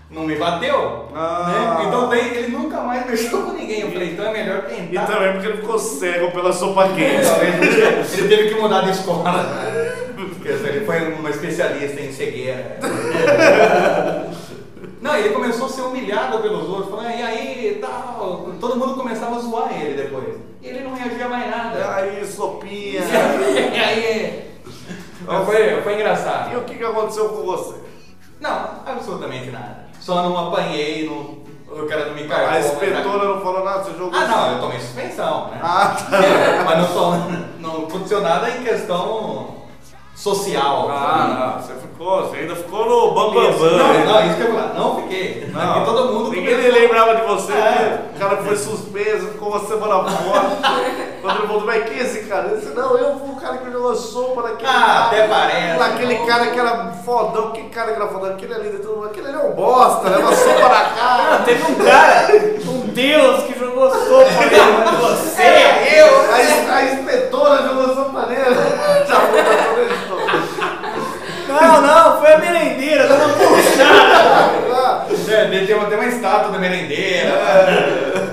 Speaker 4: não me bateu.
Speaker 5: Ah.
Speaker 4: né? Então daí ele nunca mais mexeu com ninguém. Eu falei, então é melhor tentar.
Speaker 5: E também porque ele ficou cego pela sopa quente.
Speaker 4: Talvez ele teve que mudar de escola. Porque Ele foi uma especialista em cegueira. Não, ele começou a ser humilhado pelos outros, falando, e aí, tal. Todo mundo começava a zoar ele depois. E ele não reagia mais
Speaker 5: *laughs*
Speaker 4: nada.
Speaker 5: Aí, sopinha.
Speaker 4: *laughs* E aí. Então, foi, foi
Speaker 5: E
Speaker 4: engraçado.
Speaker 5: o que, que aconteceu com você?
Speaker 4: Não, absolutamente nada. Só não apanhei, não, o cara não me cargou.
Speaker 5: A
Speaker 4: mas-
Speaker 5: inspetora não falou nada, você jogou.
Speaker 4: Ah, não, eu tomei suspensão, né?
Speaker 5: Ah, tá.
Speaker 4: É, mas não, tô, não aconteceu nada em questão social.
Speaker 5: Ah, não, você ficou, você ainda ficou no
Speaker 4: sabe? Isso.
Speaker 5: bambambam.
Speaker 4: não, não, isso que eu ia falar, não fiquei. Porque todo mundo
Speaker 5: Ninguém nem lembrava de você, né? O cara foi suspenso, ficou uma semana *laughs* fora. Quando ele voltou, mas quem é esse cara? Ele disse, não, eu fui o cara que jogou sopa naquele
Speaker 4: Ah, até parece.
Speaker 5: Naquele cara que era fodão, que cara que era fodão? Aquele ali, todo mundo, aquele ali é um bosta, leva sopa na cara.
Speaker 3: Teve um cara, um deus que jogou sopa em você.
Speaker 5: É, eu, a, es- a inspetora jogou sopa nele. Já foi pra todo
Speaker 3: Não, não, foi a merendeira, tava
Speaker 5: mundo.
Speaker 4: É, daí tem até uma estátua da merendeira.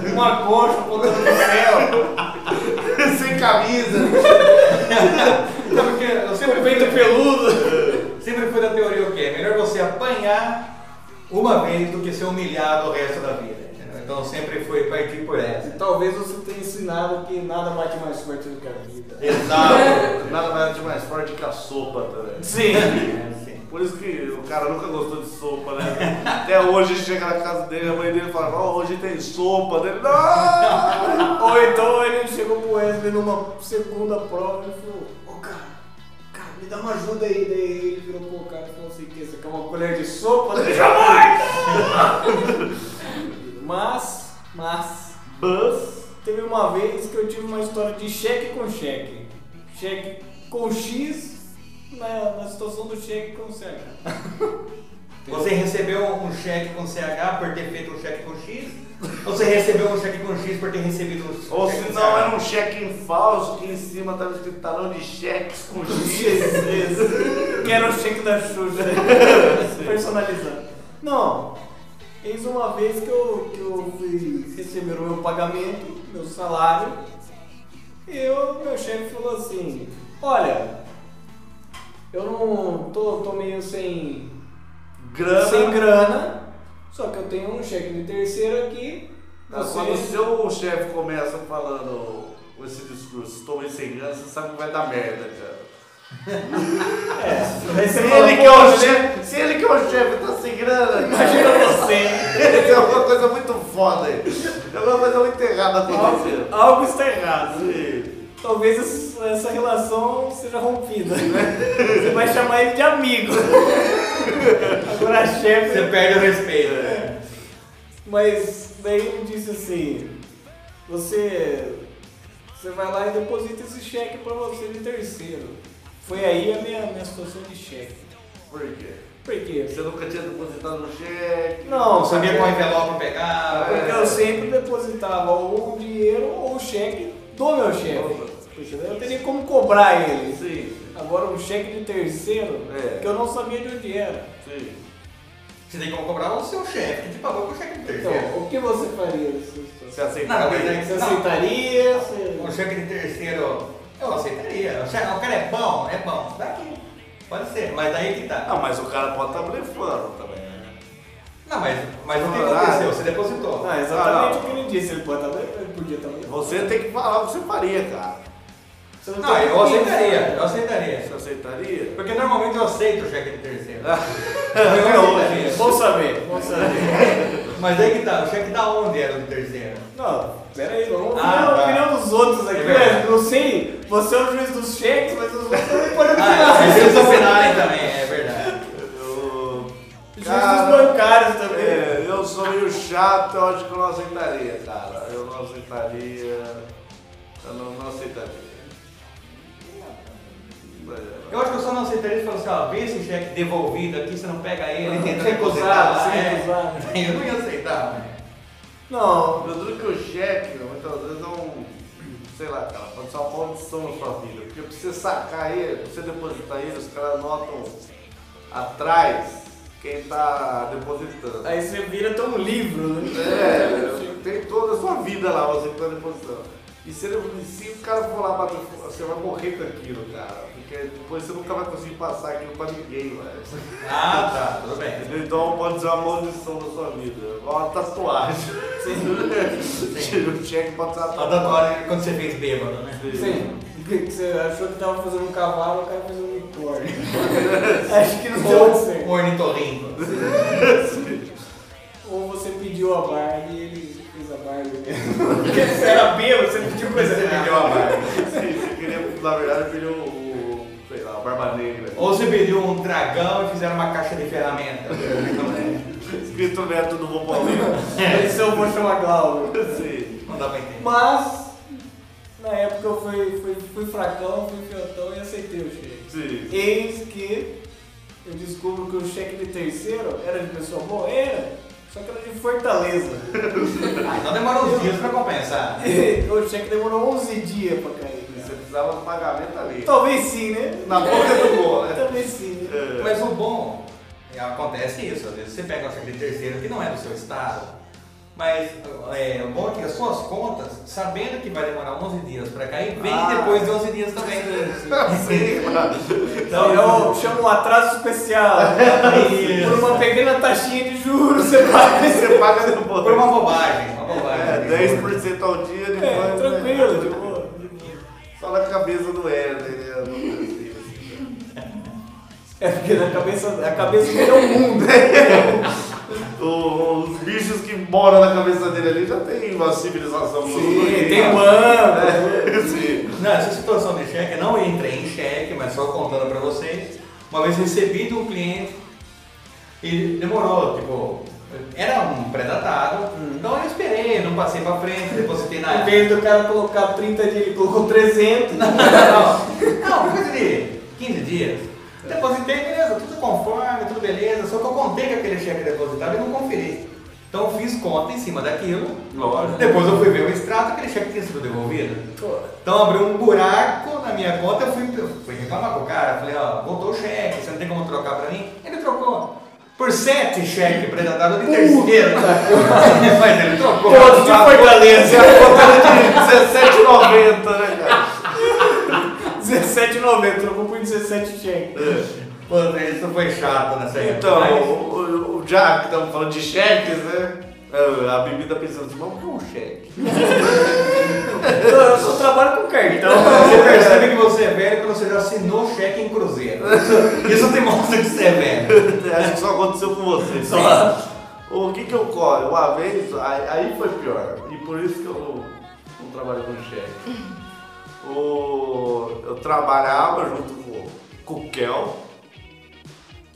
Speaker 3: com uma coxa apontando pro céu.
Speaker 5: Sem camisa.
Speaker 4: Não, Então, porque eu sempre fui,
Speaker 3: Peito peludo.
Speaker 4: sempre fui da teoria o quê? É melhor você apanhar uma vez do que ser humilhado o resto da vida. entendeu? Então eu sempre fui partir por essa.
Speaker 3: Talvez você tenha ensinado que nada bate mais forte do que a vida.
Speaker 4: Exato.
Speaker 5: Nada mais de mais forte que a sopa também.
Speaker 3: Sim.
Speaker 4: É,
Speaker 5: Por isso que o cara nunca gostou de sopa, né? Até hoje chega na casa dele, a mãe dele fala, ó, hoje tem sopa dele. Não!
Speaker 3: *laughs* Ou então ele chegou pro Wesley numa segunda prova e falou, ô cara, cara, me dá uma ajuda aí. Daí ele virou pro cara e falou assim, que você quer uma colher de sopa? Ele jamais! *laughs* mas, mas,
Speaker 5: Bus.
Speaker 3: teve uma vez que eu tive uma história de cheque com cheque. Cheque com X na, na situação do cheque com CH.
Speaker 4: Você recebeu um cheque com CH por ter feito um cheque com X? Ou você recebeu um cheque com X por ter recebido um cheque
Speaker 5: Ou
Speaker 4: com
Speaker 5: se
Speaker 4: CH?
Speaker 5: não, era um cheque em falso que em cima tava escrito talão de cheques com X.
Speaker 3: Jesus! Quero o cheque da *laughs* Xuxa. Personalizado. Não, eis uma vez que eu, que eu fui receber o meu pagamento, meu salário, eu, meu chefe falou assim, olha, eu não tô, tô meio sem
Speaker 5: Grana.
Speaker 3: sem grana, só que eu tenho um cheque de terceiro aqui.
Speaker 5: Não,
Speaker 3: você-
Speaker 5: Quando o seu chefe começa falando esse discurso, estou meio sem grana, você sabe que vai dar merda, cara.
Speaker 3: *laughs* Aí você
Speaker 5: Se
Speaker 3: fala,
Speaker 5: ele que é o chefe, se ele que é o chefe tá sem grana, imagina
Speaker 3: você. é
Speaker 5: Tem alguma coisa muito foda aí. Tem alguma coisa muito errada acontecendo.
Speaker 3: é Algo está errado. Talvez es- essa relação seja rompida. né? Você vai chamar ele de amigo. *laughs* Agora chefe.
Speaker 4: Você perde o respeito.
Speaker 3: Mas daí ele disse assim: você, você vai lá e deposita esse cheque pra você de terceiro. Foi aí a minha, minha situação de cheque.
Speaker 5: Por quê?
Speaker 3: Por quê?
Speaker 5: Você nunca tinha depositado um cheque.
Speaker 3: Não,
Speaker 4: Não sabia qual
Speaker 3: porque-
Speaker 4: é. envelope pegar.
Speaker 3: Porque eu sempre depositava ou o dinheiro ou o cheque do meu chefe. Porque daí eu teria como cobrar ele.
Speaker 5: Sim,
Speaker 3: Agora um cheque de terceiro,
Speaker 5: É.
Speaker 3: que eu não sabia de onde era.
Speaker 5: sim.
Speaker 4: Você tem como cobrar o seu chefe, que te pagou com o cheque de
Speaker 3: Então,
Speaker 4: terceiro.
Speaker 3: o que você faria nessa situação?
Speaker 5: Você aceita?
Speaker 4: Não, mas é-
Speaker 3: Você
Speaker 4: não.
Speaker 3: aceitaria? Você...
Speaker 4: O cheque de terceiro, eu aceitaria. O, cheque, o cara é bom, é bom. Daqui. Pode ser, mas daí que tá.
Speaker 5: Ah, mas o cara pode estar blefando também, né?
Speaker 4: Não, mas, mas o que
Speaker 5: Ah,
Speaker 4: aconteceu? Você depositou.
Speaker 3: Não, exatamente
Speaker 5: Ah,
Speaker 3: o que ele disse. Ele pode também, ele podia também.
Speaker 5: Você tem que falar o que você faria, cara.
Speaker 3: Você não
Speaker 4: Não,
Speaker 5: tá
Speaker 3: tem
Speaker 4: eu
Speaker 3: que-
Speaker 4: aceitaria, eu aceitaria.
Speaker 5: Você aceitaria?
Speaker 4: Porque normalmente eu aceito o cheque de terceiro.
Speaker 5: Até hoje.
Speaker 4: aceitaria.
Speaker 3: Vamos saber, vamos saber.
Speaker 4: Mas daí que tá, o cheque da onde era do terceiro?
Speaker 3: Não, peraí, vamos
Speaker 4: Ah,
Speaker 3: ver a
Speaker 4: tá.
Speaker 3: opinião dos outros aqui.
Speaker 4: É verdade.
Speaker 3: Eu não sei, você é o juiz dos cheques, mas os outros também podem
Speaker 4: Ah,
Speaker 3: opinar.
Speaker 4: mas eles são penais também, é verdade.
Speaker 3: Juiz dos
Speaker 5: Cara,
Speaker 3: bancários também.
Speaker 5: É, eu sou meio chato, eu acho que eu não aceitaria, cara. Eu não aceitaria. Eu não, não aceitaria.
Speaker 4: Eu acho que eu só não aceitaria se falasse, ó, vem esse cheque devolvido aqui, você não pega ele, tenta
Speaker 3: recusado,
Speaker 4: depositar lá, é.
Speaker 3: recusado.
Speaker 4: *laughs* Eu não ia aceitar, né?
Speaker 5: Não, eu digo que o cheque, muitas vezes é um. Sei lá, cara, pode ser uma maldição na sua vida. Porque pra você sacar ele, pra você depositar ele, os caras anotam atrás quem tá depositando.
Speaker 3: Aí você vira até um livro, né?
Speaker 5: É, tem toda a sua vida lá, você que tá depositando. E se, ele, se o cara for lá bater, você vai morrer com aquilo, cara. Porque depois você nunca vai conseguir passar aquilo pra ninguém, velho.
Speaker 4: Ah, tá, tudo bem.
Speaker 5: Entendeu? Então pode ser uma maldição na sua vida. Igual uma tatuagem. *laughs* Tira o cheque pra
Speaker 3: Tá
Speaker 4: Só
Speaker 5: tatuar.
Speaker 4: da tá hora quando você fez bêbado, né?
Speaker 3: Sim. Que que Você achou que tava fazendo um cavalo, o cara fez um *laughs* unicórnio. Acho que não deu muito
Speaker 4: Ou
Speaker 3: certo.
Speaker 4: um ornitorrinco.
Speaker 3: Ou você pediu a Barbie e ele fez a Barbie mesmo. Porque você era bêbado, você pediu coisa
Speaker 5: Você
Speaker 3: né? errada.
Speaker 5: pediu a
Speaker 4: né?
Speaker 5: barba. Sim, Você queria, na verdade, pediu o. sei lá, a barba negra.
Speaker 4: Ou você pediu um dragão e fizeram uma caixa de Então, ferramenta.
Speaker 5: Escrito neto do Bom Paulino.
Speaker 3: Esse eu vou chamar Glauber.
Speaker 5: Sim.
Speaker 4: Não dá pra entender.
Speaker 3: Mas, na época eu fui, fui, fui fracão, fui fiotão e aceitei o cheque.
Speaker 5: Sim.
Speaker 3: Eis que eu descubro que o cheque de terceiro era de pessoa morreira, só que era de Fortaleza. *laughs*
Speaker 4: Ah, então demorou uns dias pra compensar. *laughs*
Speaker 3: o cheque demorou 11 dias pra cair.
Speaker 5: Você
Speaker 3: cara.
Speaker 5: precisava do pagamento tá ali.
Speaker 3: Talvez sim, né?
Speaker 5: Na boca do gol, né?
Speaker 3: Talvez sim, né?
Speaker 5: É.
Speaker 4: Mas o bom, é, acontece isso, às vezes você pega uma secretaria terceira que não é do seu estado, mas é, o bom é que as suas contas, sabendo que vai demorar 11 dias para cair, vem
Speaker 3: Ah.
Speaker 4: depois de 11 dias também.
Speaker 5: Sim, mano.
Speaker 3: Então eu chamo um atraso especial. né? Por uma pequena taxinha de juros, você paga esse-
Speaker 5: Você paga
Speaker 4: Por
Speaker 5: depois.
Speaker 4: uma bobagem, uma
Speaker 5: É,
Speaker 4: bobagem.
Speaker 5: 10% ao dia depois.
Speaker 3: É,
Speaker 5: né?
Speaker 3: tranquilo, de boa. de boa.
Speaker 5: Só na cabeça do Wesley, né? Eu não consigo, assim,
Speaker 3: É porque na cabeça, a cabeça dele é o mundo.
Speaker 5: né? O- Os bichos que moram na cabeça dele ali já tem uma civilização.
Speaker 3: Sim,
Speaker 5: evoluída.
Speaker 3: tem mano.
Speaker 5: É, *laughs* sim.
Speaker 4: um Não, essa situação de cheque, eu não entrei em cheque, mas só contando pra vocês. Uma vez recebi de um cliente e demorou, tipo, era um pré-datado, então eu esperei, não passei pra frente, depositei na
Speaker 3: Em vez do cara colocar 30 dias, ele colocou né? 300.
Speaker 4: não, não, coisa de 15 dias. Depositei, beleza, tudo conforme, tudo beleza, só que eu contei que aquele cheque depositado e não conferi. Então eu fiz conta em cima daquilo.
Speaker 5: Lógico.
Speaker 4: Depois eu fui ver o extrato, aquele cheque tinha sido devolvido. Então abriu um buraco na minha conta, eu fui, eu fui reclamar com o cara, falei, ó, voltou o cheque, você não tem como trocar pra mim? Ele trocou. Por sete cheques predatados de terceiro. *laughs* Mas ele trocou.
Speaker 3: Todos de Fortaleza.
Speaker 5: É 17,90, né, cara?
Speaker 3: 17,90, trocou por 17 cheque.
Speaker 4: Pô, isso foi chato nessa época. né?
Speaker 5: Então,
Speaker 4: mas- *laughs*
Speaker 5: o, o- o Jack, estamos falando de cheques, né? A a bebida pensando assim, vamos pôr um cheque. *laughs*
Speaker 3: Eu só trabalho
Speaker 4: *laughs*
Speaker 3: com cartão.
Speaker 4: então, Você percebe que você é velho quando você já assinou cheque em *laughs* cruzeiro. Isso demonstra que você é *laughs* velho.
Speaker 5: Acho que só aconteceu com você. Só. O que que eu corro? Uma vez, aí, aí foi pior. E por isso que eu não, não trabalho com cheque. O, eu trabalhava junto com, com o Kel.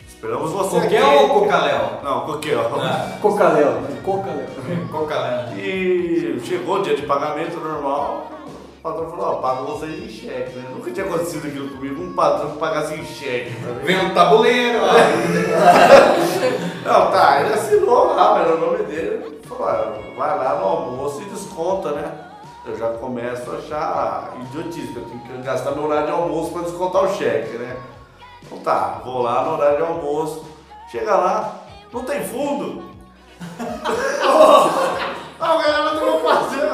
Speaker 5: Esperamos você aqui.
Speaker 4: Coquel ou cocaléu?
Speaker 5: Não, com o Kel.
Speaker 4: é Ah,
Speaker 3: Cocaléu, Cocaléu.
Speaker 4: cocaléu.
Speaker 5: E chegou o dia de pagamento normal, o patrão falou, ó, pago vocês em cheque, né? Nunca tinha acontecido aquilo comigo, um patrão que pagasse em cheque. né?
Speaker 4: Vem um tabuleiro, ó.
Speaker 5: Não, tá, ele assinou lá, mas era o nome dele, falou, ó, vai lá no almoço e desconta, né? Eu já começo a achar idiotice, que eu tenho que gastar meu horário de almoço pra descontar o cheque, né? Então tá, vou lá no horário de almoço, chega lá, não tem fundo. *laughs* Ah, o galera do meu parceiro.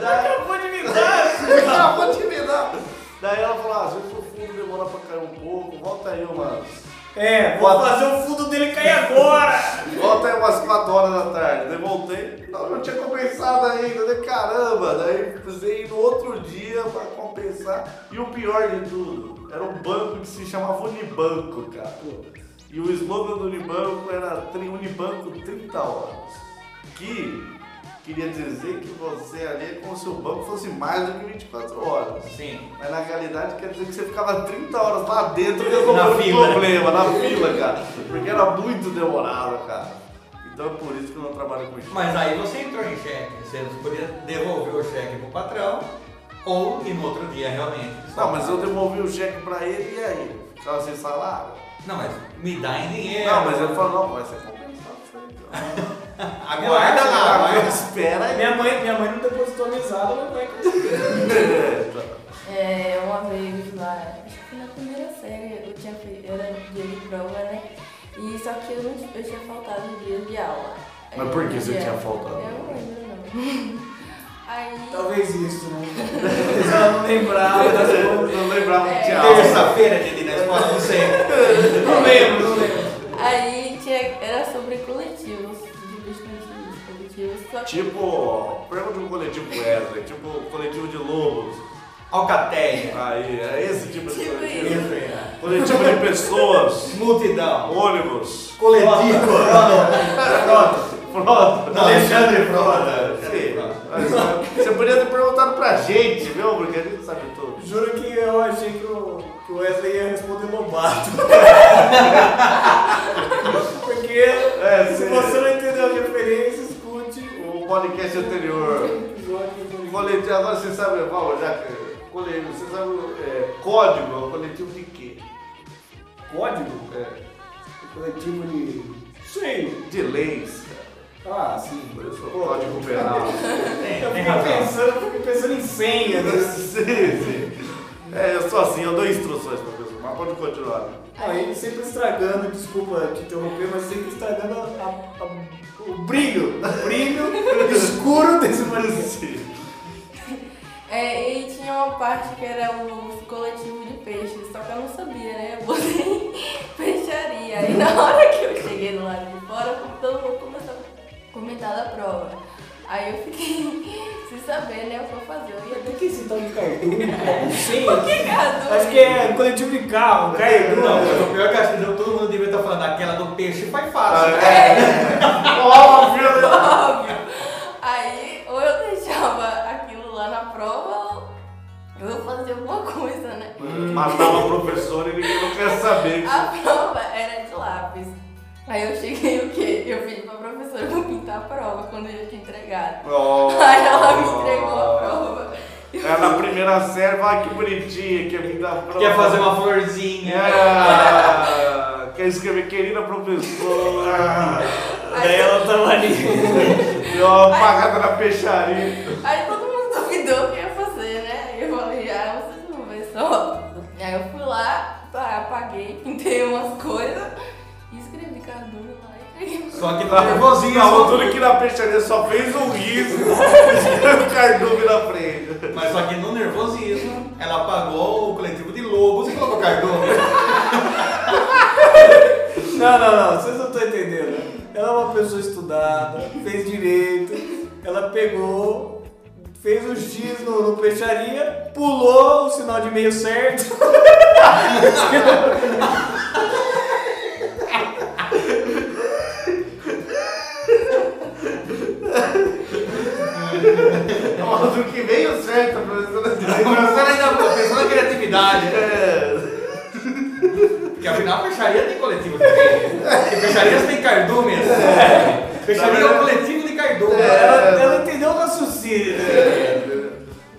Speaker 5: Daí acabou de né? me dar. acabou de me dar. Daí ela falou, ah, se o fundo demora pra cair um pouco, volta aí umas...
Speaker 3: É, vou
Speaker 5: Bota.
Speaker 3: fazer o fundo dele cair agora.
Speaker 5: Volta aí umas 4 horas da tarde. Daí voltei, não, não tinha compensado ainda, né? Caramba. Daí precisei ir no outro dia pra compensar. E o pior de tudo, era um banco que se chamava Unibanco, cara. E o slogan do Unibanco era "Tri- Unibanco 30 horas. Que queria dizer que você ali é como se o banco fosse mais do que 24 horas.
Speaker 4: Sim.
Speaker 5: Mas na realidade quer dizer que você ficava 30 horas lá dentro resolvendo
Speaker 4: Na
Speaker 5: o
Speaker 4: fila.
Speaker 5: problema, na fila, cara. Porque era muito demorado, cara. Então é por isso que eu não trabalho com isso.
Speaker 4: Mas aí você entrou em cheque. Você podia devolver o cheque pro patrão Ou, e no outro dia, realmente. só-
Speaker 5: Não, mas eu devolvi o cheque pra ele e aí? Ficava sem salário?
Speaker 4: Não, mas me dá em
Speaker 3: É.
Speaker 4: dinheiro.
Speaker 5: Não, mas ele falou, não, vai ser compensado isso aí. então.
Speaker 4: Aguarda lá,
Speaker 5: Agora
Speaker 4: aguarda.
Speaker 5: espera aí.
Speaker 3: Minha mãe, minha mãe não depositou mesada, mas vai conseguir.
Speaker 5: *laughs* tá.
Speaker 6: É, uma vez lá, acho que foi na primeira série, eu tinha feito, era dia de prova, né? E só que eu, não, eu tinha faltado os dias de aula. Aí
Speaker 5: Mas por que
Speaker 6: eu-
Speaker 5: você tinha faltado?
Speaker 6: Eu não lembro, não. *laughs* Aí.
Speaker 3: Talvez isso, né? *laughs* Ela não lembrava das coisas.
Speaker 5: Eu não lembrava que
Speaker 3: É.
Speaker 5: tinha aula.
Speaker 4: Terça-feira, Didi, na escola, não sei.
Speaker 3: Não lembro, não lembro.
Speaker 6: Aí tinha, era sobre coletivos, de vestimentos coletivos. Só que
Speaker 5: Tipo, pergunta um coletivo Wesley, tipo o coletivo de lobos.
Speaker 4: Alcatéia.
Speaker 5: Aí, é esse tipo de
Speaker 6: Tipo
Speaker 5: coletivo.
Speaker 4: Isso aí, né?
Speaker 5: Coletivo de pessoas,
Speaker 4: Multidão.
Speaker 5: ônibus,
Speaker 4: Coletivo.
Speaker 5: frota.
Speaker 4: Alexandre Frota.
Speaker 5: Sim. Você podia ter perguntado pra gente, viu? Porque a gente sabe tudo.
Speaker 3: Juro que eu achei que o, que o Wesley ia responder *laughs* Lobato. Porque
Speaker 5: É,
Speaker 3: se
Speaker 5: sim.
Speaker 3: você não entendeu a referência, escute
Speaker 5: O podcast anterior.
Speaker 3: o episódio do
Speaker 5: Coletivo, agora você sabe, Val, já que. Coletivo, você sabe. É, código é o coletivo de quê?
Speaker 3: Código?
Speaker 5: É,
Speaker 3: Coletivo de... Sei.
Speaker 5: de leis, cara.
Speaker 3: Ah, sim.
Speaker 5: Por isso, o código penal.
Speaker 4: Tem,
Speaker 3: Eu
Speaker 4: É, tem
Speaker 3: fiquei
Speaker 4: razão.
Speaker 3: pensando, eu fiquei pensando em senha. né?
Speaker 5: *laughs* sim, sim. É, eu sou assim, eu dou instruções pra pessoa, mas pode continuar.
Speaker 3: Aí Ah, sempre estragando, desculpa te interromper, mas sempre estragando a- a- a- o brilho, o brilho escuro desse
Speaker 5: *laughs*
Speaker 3: manifesto.
Speaker 6: É, e tinha uma parte que era o coletivo de peixes, só que eu não sabia, né? Eu botei *laughs* peixaria. Aí na hora que eu cheguei do lado de fora, todo mundo começou a comentar da prova. Aí eu fiquei *laughs* sem saber, né? O que eu fazer. Eu ia ter
Speaker 3: O que é esse tal de *laughs* cardume? cara? Não sei.
Speaker 6: que gado.
Speaker 3: Acho que
Speaker 6: *laughs*
Speaker 3: é coletivo de carro, cardume.
Speaker 4: Não, mas o pior é que eu acho que todo mundo devia estar falando daquela do peixe faz
Speaker 5: Ah,
Speaker 4: fácil. né?
Speaker 5: Óbvio, né?
Speaker 6: É, óbvio. Aí ou eu deixava aquilo lá na prova ou eu fazia alguma coisa, né?
Speaker 5: Matava o professor e ninguém não quer saber.
Speaker 6: A prova era de lápis. Aí eu cheguei o quê? Eu pedi pra professora pra pintar a prova quando eu já tinha entregado. Aí ela me entregou a prova.
Speaker 5: É na primeira série, vai que bonitinha, que é me dá prova.
Speaker 4: Quer fazer uma florzinha.
Speaker 5: Ah, Quer escrever, querida professora.
Speaker 3: Daí ela tava ali.
Speaker 5: Deu uma apagada na peixaria.
Speaker 6: Aí todo mundo duvidou o que eu ia fazer, né? Aí eu falei, ah, vocês não vão ver só. Aí eu fui lá, tá, apaguei, pintei umas coisas e escrevi cardume lá e entreguei.
Speaker 5: É.
Speaker 4: Só
Speaker 5: Ah,
Speaker 4: que tá nervosinho.
Speaker 5: A altura que na peixaria só fez um
Speaker 3: *laughs*
Speaker 5: riso. Escreveu o cardume na frente.
Speaker 4: Mas só que no nervosismo, ela apagou o coletivo de lobos e colocou cardume.
Speaker 3: Não, não, não, vocês não estão entendendo. Ela é uma pessoa estudada, fez direito, ela pegou, fez o X no, no peixaria, pulou o sinal de meio certo.
Speaker 5: A altura que veio certo,
Speaker 4: A professora
Speaker 5: professora.
Speaker 4: ainda pensou na criatividade.
Speaker 5: É.
Speaker 4: Porque afinal, peixaria tem coletivo de peixe. Porque peixarias tem cardumes.
Speaker 5: Tá
Speaker 4: Peixaria é um coletivo de cardumes.
Speaker 5: É.
Speaker 3: Ela, ela entendeu o raciocínio.
Speaker 4: né?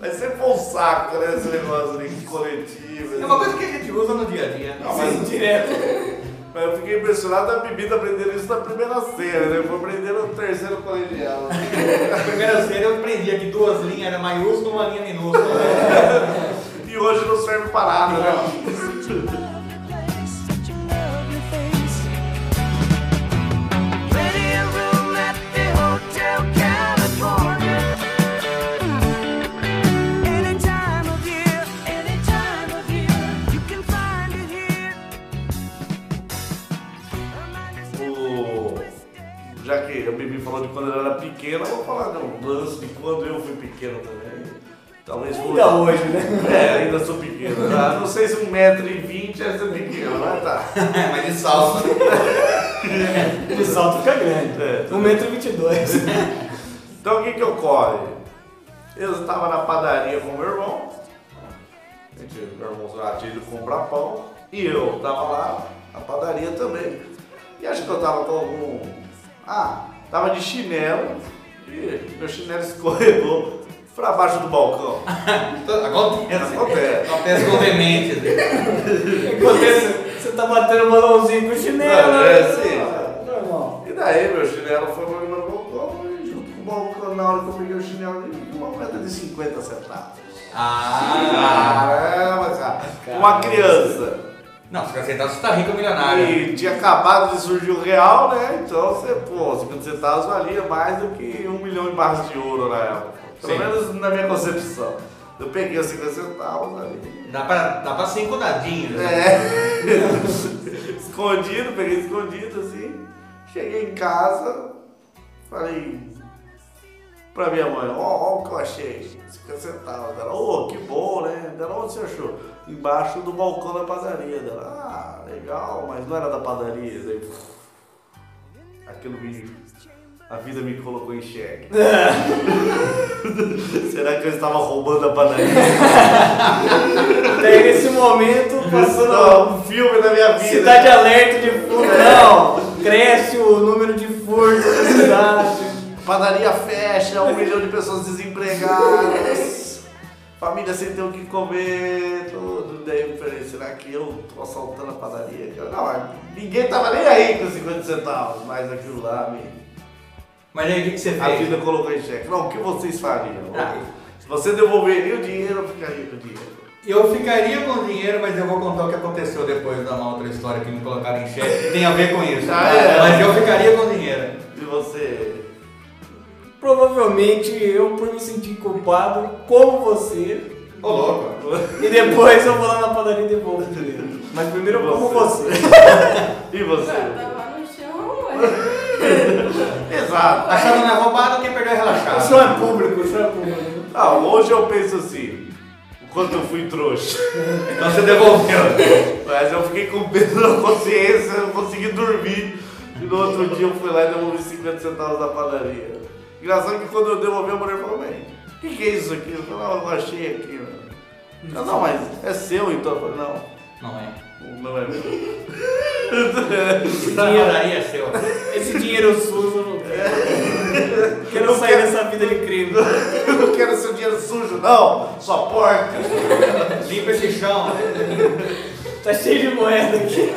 Speaker 5: Vai ser um saco, né? Esse negócio de assim. coletivo.
Speaker 4: É uma coisa que a gente usa no dia a dia.
Speaker 5: Não, mas-
Speaker 3: Sim, direto.
Speaker 5: Mas eu fiquei impressionado da bebida aprendendo isso na primeira cena, né? Foi aprendendo no terceiro colegial.
Speaker 4: Na primeira série eu aprendi aqui duas linhas, era maiúsculo uma linha minúscula.
Speaker 5: E hoje não serve para nada, né? O- Já que a Bibi falou de quando ela era pequena, eu vou falar de um lance de quando eu fui pequeno também. Talvez foi.
Speaker 3: Ainda hoje, né?
Speaker 5: É, ainda sou pequeno. tá? Não sei se 1,20m é ser pequeno, mas tá.
Speaker 4: É, *laughs* mas de salsa.
Speaker 3: *laughs* De salto fica grande.
Speaker 5: É. *laughs*
Speaker 3: 1,22m.
Speaker 5: Então o que que ocorre? Eu estava na padaria com meu irmão. A gente- Meu irmão atingiu comprar pão. E eu estava lá na padaria também. E acho que eu estava com algum. Ah, estava de chinelo. E meu chinelo *laughs* escorregou pra baixo do balcão.
Speaker 4: Tá, Acontece.
Speaker 5: Acontece.
Speaker 4: Acontece com veemência. né?
Speaker 3: Acontece, *laughs* você tá batendo balãozinho com o chinelo.
Speaker 5: Não, é
Speaker 3: né?
Speaker 5: assim.
Speaker 3: Normal.
Speaker 5: E daí meu chinelo foi pra no balcão e junto com o balcão, na hora que eu peguei o chinelo, ali, uma moeda de 50 centavos.
Speaker 4: Ah,
Speaker 5: Caramba, cara. Uma criança.
Speaker 4: não, se você aceitar, você tá rico ou milionário.
Speaker 5: E tinha acabado de surgir o real, né? Então você, pô, 50 centavos valia mais do que um milhão de barras de ouro na época. Pelo
Speaker 4: Sim.
Speaker 5: menos na minha concepção. Eu peguei os 50 centavos ali.
Speaker 4: Dá pra, dá pra cinco dadinhos. né?
Speaker 5: É. *laughs* escondido, peguei escondido assim. Cheguei em casa, falei pra minha mãe, ó, ó o que eu achei, 50 centavos. Ela, ô, que bom, né? Ela, onde você achou? Embaixo do balcão da padaria dela. Ah, legal, mas não era da padaria. Daí, pff, aquilo me. A vida me colocou em xeque. *laughs* Será que eu estava roubando a padaria?
Speaker 3: Daí nesse momento, passando
Speaker 5: Passando um filme na minha vida.
Speaker 3: Cidade alerta de furto. Não, cresce o número de furtos da *laughs* cidade.
Speaker 5: Padaria fecha, um milhão de pessoas desempregadas, família sem ter o que comer, tudo. Daí eu falei, será que eu tô assaltando a padaria? Eu, não, mas ninguém tava nem aí com 50 centavos, mas aquilo lá, me-
Speaker 4: Mas aí o que, que você
Speaker 5: a
Speaker 4: fez?
Speaker 5: vida colocou em xeque. Não, o que vocês fariam?
Speaker 4: Ah.
Speaker 5: Se você devolveria o dinheiro, eu ficaria com o dinheiro.
Speaker 4: Eu ficaria com o dinheiro, mas eu vou contar o que aconteceu depois da uma outra história que me colocaram em xeque, que tem a ver com isso.
Speaker 5: Ah, é?
Speaker 4: Mas eu ficaria com o dinheiro.
Speaker 5: E você?
Speaker 3: Provavelmente eu, por me sentir culpado, como você.
Speaker 4: Ô louco.
Speaker 3: E depois eu vou lá na padaria e devolvo o dinheiro. Mas primeiro eu como você.
Speaker 5: E você?
Speaker 6: Ué, tava no chão, ué.
Speaker 5: Exato.
Speaker 4: A chave não é roubada, quem perdeu é relaxado. *laughs*
Speaker 3: O senhor é público, o senhor é público.
Speaker 5: Ah, hoje eu penso assim, o quanto eu fui trouxa.
Speaker 4: Então você devolveu.
Speaker 5: Mas eu fiquei com peso na consciência, eu não consegui dormir. E no outro dia eu fui lá e devolvi 50 centavos da padaria. Engraçado que quando eu devolvi, a mulher falou, bem, o que, que é isso aqui? Eu falei, não, eu achei aqui, mano. Ela, não, mas é seu então. Eu falei, não,
Speaker 4: Não é.
Speaker 5: não é meu. *laughs*
Speaker 4: O dinheiro aí é seu.
Speaker 3: Esse dinheiro sujo eu não quero. Quero sair dessa vida de crime.
Speaker 5: Eu não quero seu dinheiro sujo, não, sua porca.
Speaker 4: Limpa esse chão.
Speaker 3: Tá cheio de moeda aqui.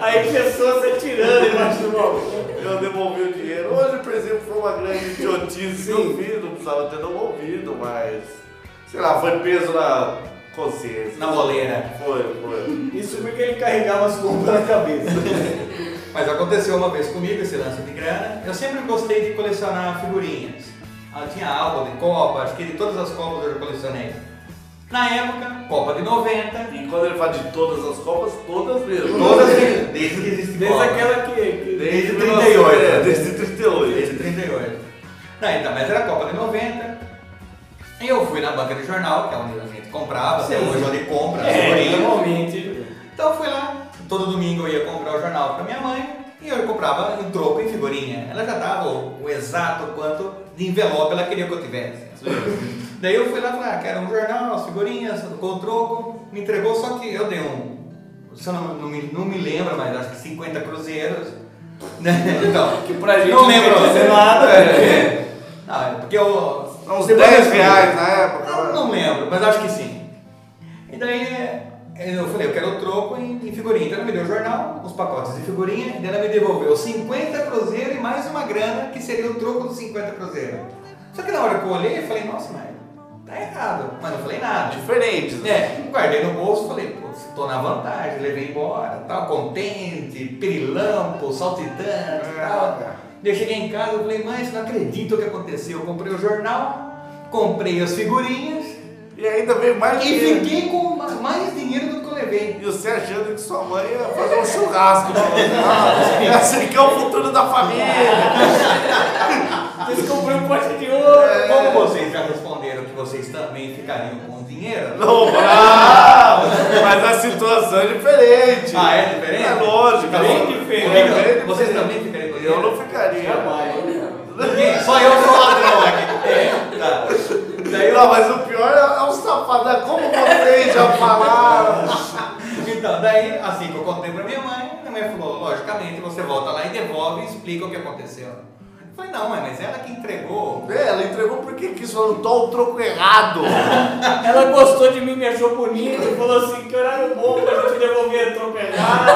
Speaker 3: Aí pessoas atirando embaixo do balcão.
Speaker 5: Eu devolvi o dinheiro. Hoje, por exemplo, foi uma grande idiotice que eu fiz, não precisava ter devolvido, mas. Sei lá, foi peso na consciência.
Speaker 4: Na boleira.
Speaker 5: Foi, foi.
Speaker 3: Isso porque ele carregava as compras na cabeça.
Speaker 4: Mas aconteceu uma vez comigo esse lance de grana. Eu sempre gostei de colecionar figurinhas. Ah, tinha álbum de Copa, acho que de todas as Copas eu já colecionei. Na época, Copa de 90,
Speaker 5: E quando ele fala de todas as copas, todas mesmo.
Speaker 4: todas desde que existe
Speaker 3: Desde
Speaker 4: Copa.
Speaker 3: aquela que. que-
Speaker 5: Desde
Speaker 4: 38.
Speaker 5: 38. É, desde 38.
Speaker 4: Desde 38. Não, então, mas era a Copa de 90. E eu fui na banca de jornal, que é onde a gente comprava, até
Speaker 3: Sim.
Speaker 4: hoje onde compra, as
Speaker 3: É,
Speaker 4: figurinhas.
Speaker 3: normalmente.
Speaker 4: Então eu fui lá, todo domingo eu ia comprar o jornal pra minha mãe e eu comprava em troco em figurinha. Ela já dava o, o exato quanto de envelope ela queria que eu tivesse. Daí eu fui lá e falei, ah, quero um jornal, as figurinhas, com o troco, me entregou, só que eu dei um. Se eu não, não, me, não me lembro, mas acho que 50 cruzeiros. né? então,
Speaker 3: Que pra gente
Speaker 4: não lembro.
Speaker 3: não quer dizer nada.
Speaker 4: É. Não, é porque eu. assim,
Speaker 5: Uns
Speaker 4: depois eu
Speaker 5: 10
Speaker 4: fui-
Speaker 5: reais na época. né?
Speaker 4: eu não lembro, mas acho que sim. E daí eh, eu falei, eu quero o troco em, em figurinha. Então ela me deu o jornal, os pacotes de figurinha, e daí ela me devolveu 50 cruzeiros e mais uma grana, que seria o troco dos 50 cruzeiros. Só que na hora que eu olhei, eu falei, nossa, mas tá errado. Mas não falei nada.
Speaker 5: Diferentes. né?
Speaker 4: É, guardei no bolso, falei, pô, tô na vantagem, levei embora, tal, contente, pirilampo, saltitante e
Speaker 5: É.
Speaker 4: tal. Daí eu cheguei em casa, eu falei, mãe, você não acredita o que aconteceu. Eu comprei o jornal, comprei as figurinhas
Speaker 5: E ainda veio mais
Speaker 4: e
Speaker 5: dinheiro.
Speaker 4: fiquei com ma- mais dinheiro do que eu levei.
Speaker 5: E você achando que sua mãe ia fazer um churrasco. pra você. Ah, Esse aqui é o futuro da família.
Speaker 3: Vocês compraram um pote de ouro.
Speaker 5: É.
Speaker 4: Como vocês já responderam que vocês também ficariam com dinheiro,
Speaker 5: Não, ah, mas a situação é diferente.
Speaker 4: Ah, é diferente?
Speaker 5: É lógico. É
Speaker 4: Bem
Speaker 5: diferente.
Speaker 4: vocês também ficariam com dinheiro?
Speaker 5: Eu não ficaria.
Speaker 4: Ninguém, só eu sou
Speaker 5: *laughs*
Speaker 4: ladrão aqui. É, tá. Daí eu
Speaker 5: Não, mas o pior é, é o safado. é Como vocês já falaram.
Speaker 4: Então, daí, assim que eu contei pra minha mãe, minha mãe falou, logicamente, você volta lá e devolve e explica o que aconteceu. Eu Falei, não, mãe, mas ela que entregou.
Speaker 5: É, ela entregou porque quis falando, tô o troco errado.
Speaker 3: Ela gostou de mim, me achou bonito, falou assim, que horário bom pra gente devolver a troca errada.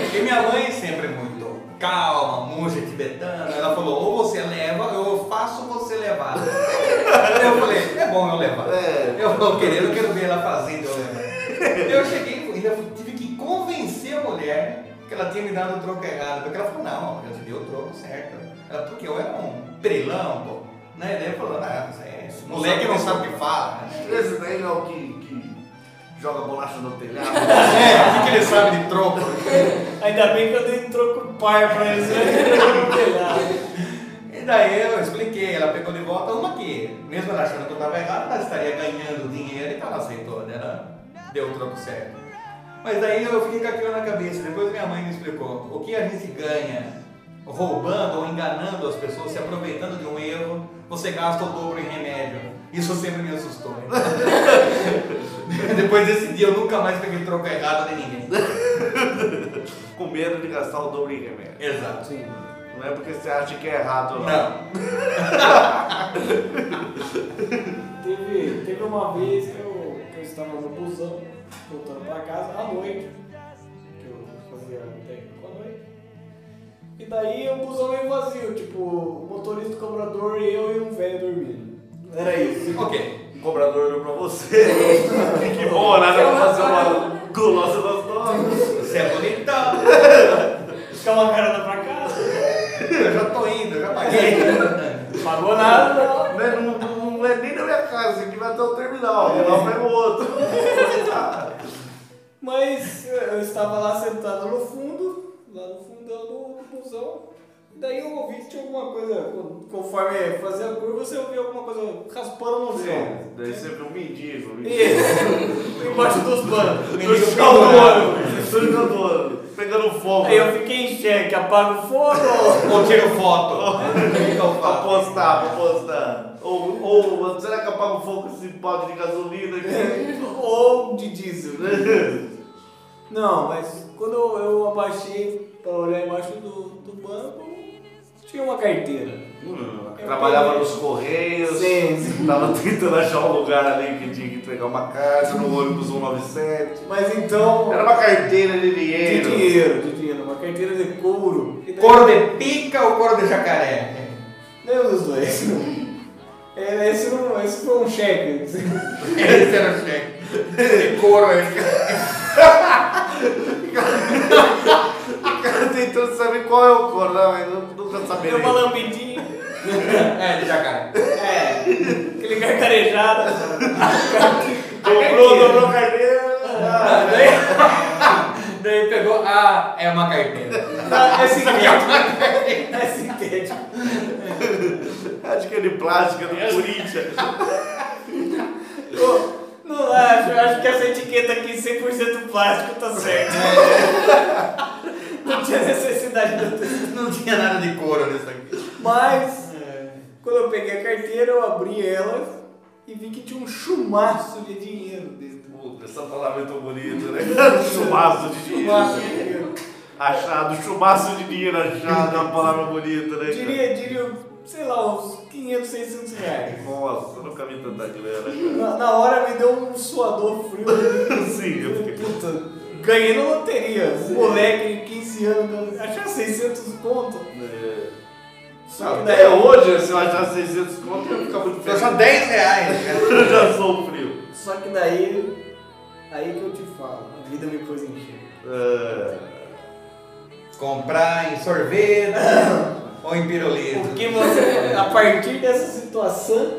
Speaker 4: Porque minha mãe sempre é muito calma, monja tibetana. Ela falou, ou você leva, ou eu faço você levar. eu falei, é bom eu levar.
Speaker 5: É.
Speaker 4: Eu vou querer, eu quero ver ela fazendo eu levar. eu cheguei, ainda fui- tive que convencer a mulher que ela tinha me dado o troco errado. Porque ela falou, não, eu te dei o troco certo. Ela, porque eu era um brilhão, pô. Né? Daí eu falou, ah, isso é isso. Moleque não sabe o que fala.
Speaker 5: Esse daí é o que, que joga bolacha no telhado.
Speaker 4: É, o que que ele sabe de troco?
Speaker 3: Ainda bem que eu dei troco par pra eles, né?
Speaker 4: E daí eu expliquei, ela pegou de volta uma que, mesmo ela achando que eu estava errado, ela estaria ganhando dinheiro, então ela aceitou, né? Ela deu o troco certo. Mas daí eu fiquei com aquilo na cabeça, depois minha mãe me explicou, o que a gente ganha roubando ou enganando as pessoas, se aproveitando de um erro, você gasta o dobro em remédio. Isso sempre me assustou. *laughs* depois desse dia eu nunca mais peguei troco errado de ninguém.
Speaker 5: Com medo de gastar o dobro em remédio.
Speaker 4: Exato.
Speaker 5: Não é porque você acha que é errado, não.
Speaker 4: Não.
Speaker 3: teve, teve uma vez que eu, que eu estava no busão, voltando pra casa, à noite, que eu fazia um técnico à noite. E daí o busão meio vazio, tipo, o motorista, o cobrador e eu e um velho dormindo. Era isso.
Speaker 4: Ok.
Speaker 5: O cobrador olhou pra você. *laughs* que bom horário pra fazer uma gulosa gostosa.
Speaker 4: Você é bonitão.
Speaker 3: Ficava carada pra casa.
Speaker 4: Eu já tô indo, eu já paguei.
Speaker 3: Pagou nada, não.
Speaker 5: Não, é- não- não- não é nem na minha casa, aqui vai até o terminal. De lá pega o outro.
Speaker 3: Mas eu estava lá sentado no fundo, lá no fundão do busão. e Daí eu ouvi que tinha alguma coisa, conforme fazia a curva, você ouvia alguma coisa raspando no
Speaker 4: É,
Speaker 3: chão.
Speaker 5: Daí você viu um mendigo. um mendigo.
Speaker 3: Isso! Embaixo dos bancos.
Speaker 5: No chão do ônibus. No chão do ônibus. Pegando fogo.
Speaker 3: Aí eu fiquei em xeque, apaga o fogo!
Speaker 4: Ou tiro foto. Então,
Speaker 5: Pra
Speaker 4: fala.
Speaker 5: postar, pra postar. Ou, ou será que apaga o fogo esse balde de gasolina aqui? né?
Speaker 3: Ou de diesel. Não, mas quando eu, eu abaixei pra olhar embaixo do, do banco, tinha uma carteira.
Speaker 5: Hum, Trabalhava nos correios,
Speaker 3: Sim, sim.
Speaker 5: tava tentando achar um lugar ali que tinha que entregar uma carta no ônibus 197.
Speaker 3: Mas então.
Speaker 5: Era uma carteira de dinheiro.
Speaker 3: De dinheiro, de dinheiro, uma carteira de couro. E daí-
Speaker 4: Cor de pica ou cor de jacaré?
Speaker 3: Nenhum dos dois. É, Esse, não, esse foi um cheque.
Speaker 4: Esse era o cheque. Que couro é esse?
Speaker 5: Cara, tentando saber qual é o cor, né? Mas eu nunca
Speaker 3: Deu uma
Speaker 5: saberia.
Speaker 3: lambidinha,
Speaker 4: É, de jacaré. É.
Speaker 3: aquele gargarejado.
Speaker 5: Dobrou, dobrou a carteira.
Speaker 3: Ah, daí-
Speaker 4: Daí pegou, ah, é uma carteira.
Speaker 3: É sintético. É sintético.
Speaker 5: Acho que é de plástica do Corinthians.
Speaker 3: Ô, Não acho, eu acho que essa etiqueta aqui 100% plástico tá
Speaker 5: *laughs*
Speaker 3: certo. Não tinha necessidade de eu ter.
Speaker 4: Não tinha nada de couro nisso aqui.
Speaker 3: Mas, quando eu peguei a carteira, eu abri ela e vi que tinha um chumaço de dinheiro dentro.
Speaker 5: Puta, essa palavra é tão bonita, né? *laughs* Chumaço de dinheiro.
Speaker 3: Chumaço de dinheiro.
Speaker 5: Achado, chumaço de dinheiro achado é uma palavra bonita, né? cara?
Speaker 3: Diria, diria, sei lá, uns 500, 600 reais.
Speaker 5: Nossa, eu nunca vi tanta grana, cara.
Speaker 3: Na, na hora me deu um suador frio.
Speaker 5: *laughs* Sim, eu fiquei.
Speaker 3: Puta, ganhei na loteria. Um moleque de 15 anos, achar 600 conto.
Speaker 5: É.
Speaker 3: Só que
Speaker 5: Até
Speaker 3: daí
Speaker 5: hoje, se eu achar 600 conto, eu ia ficar muito
Speaker 4: Foi só
Speaker 5: feliz.
Speaker 4: 10 reais. né? cara.
Speaker 5: *laughs* Eu já sou um frio.
Speaker 3: Só que daí, aí que eu te falo, a vida me pôs em cheio.
Speaker 5: É.
Speaker 4: Comprar em sorvete ou em pirulito.
Speaker 3: O que você, a partir dessa situação,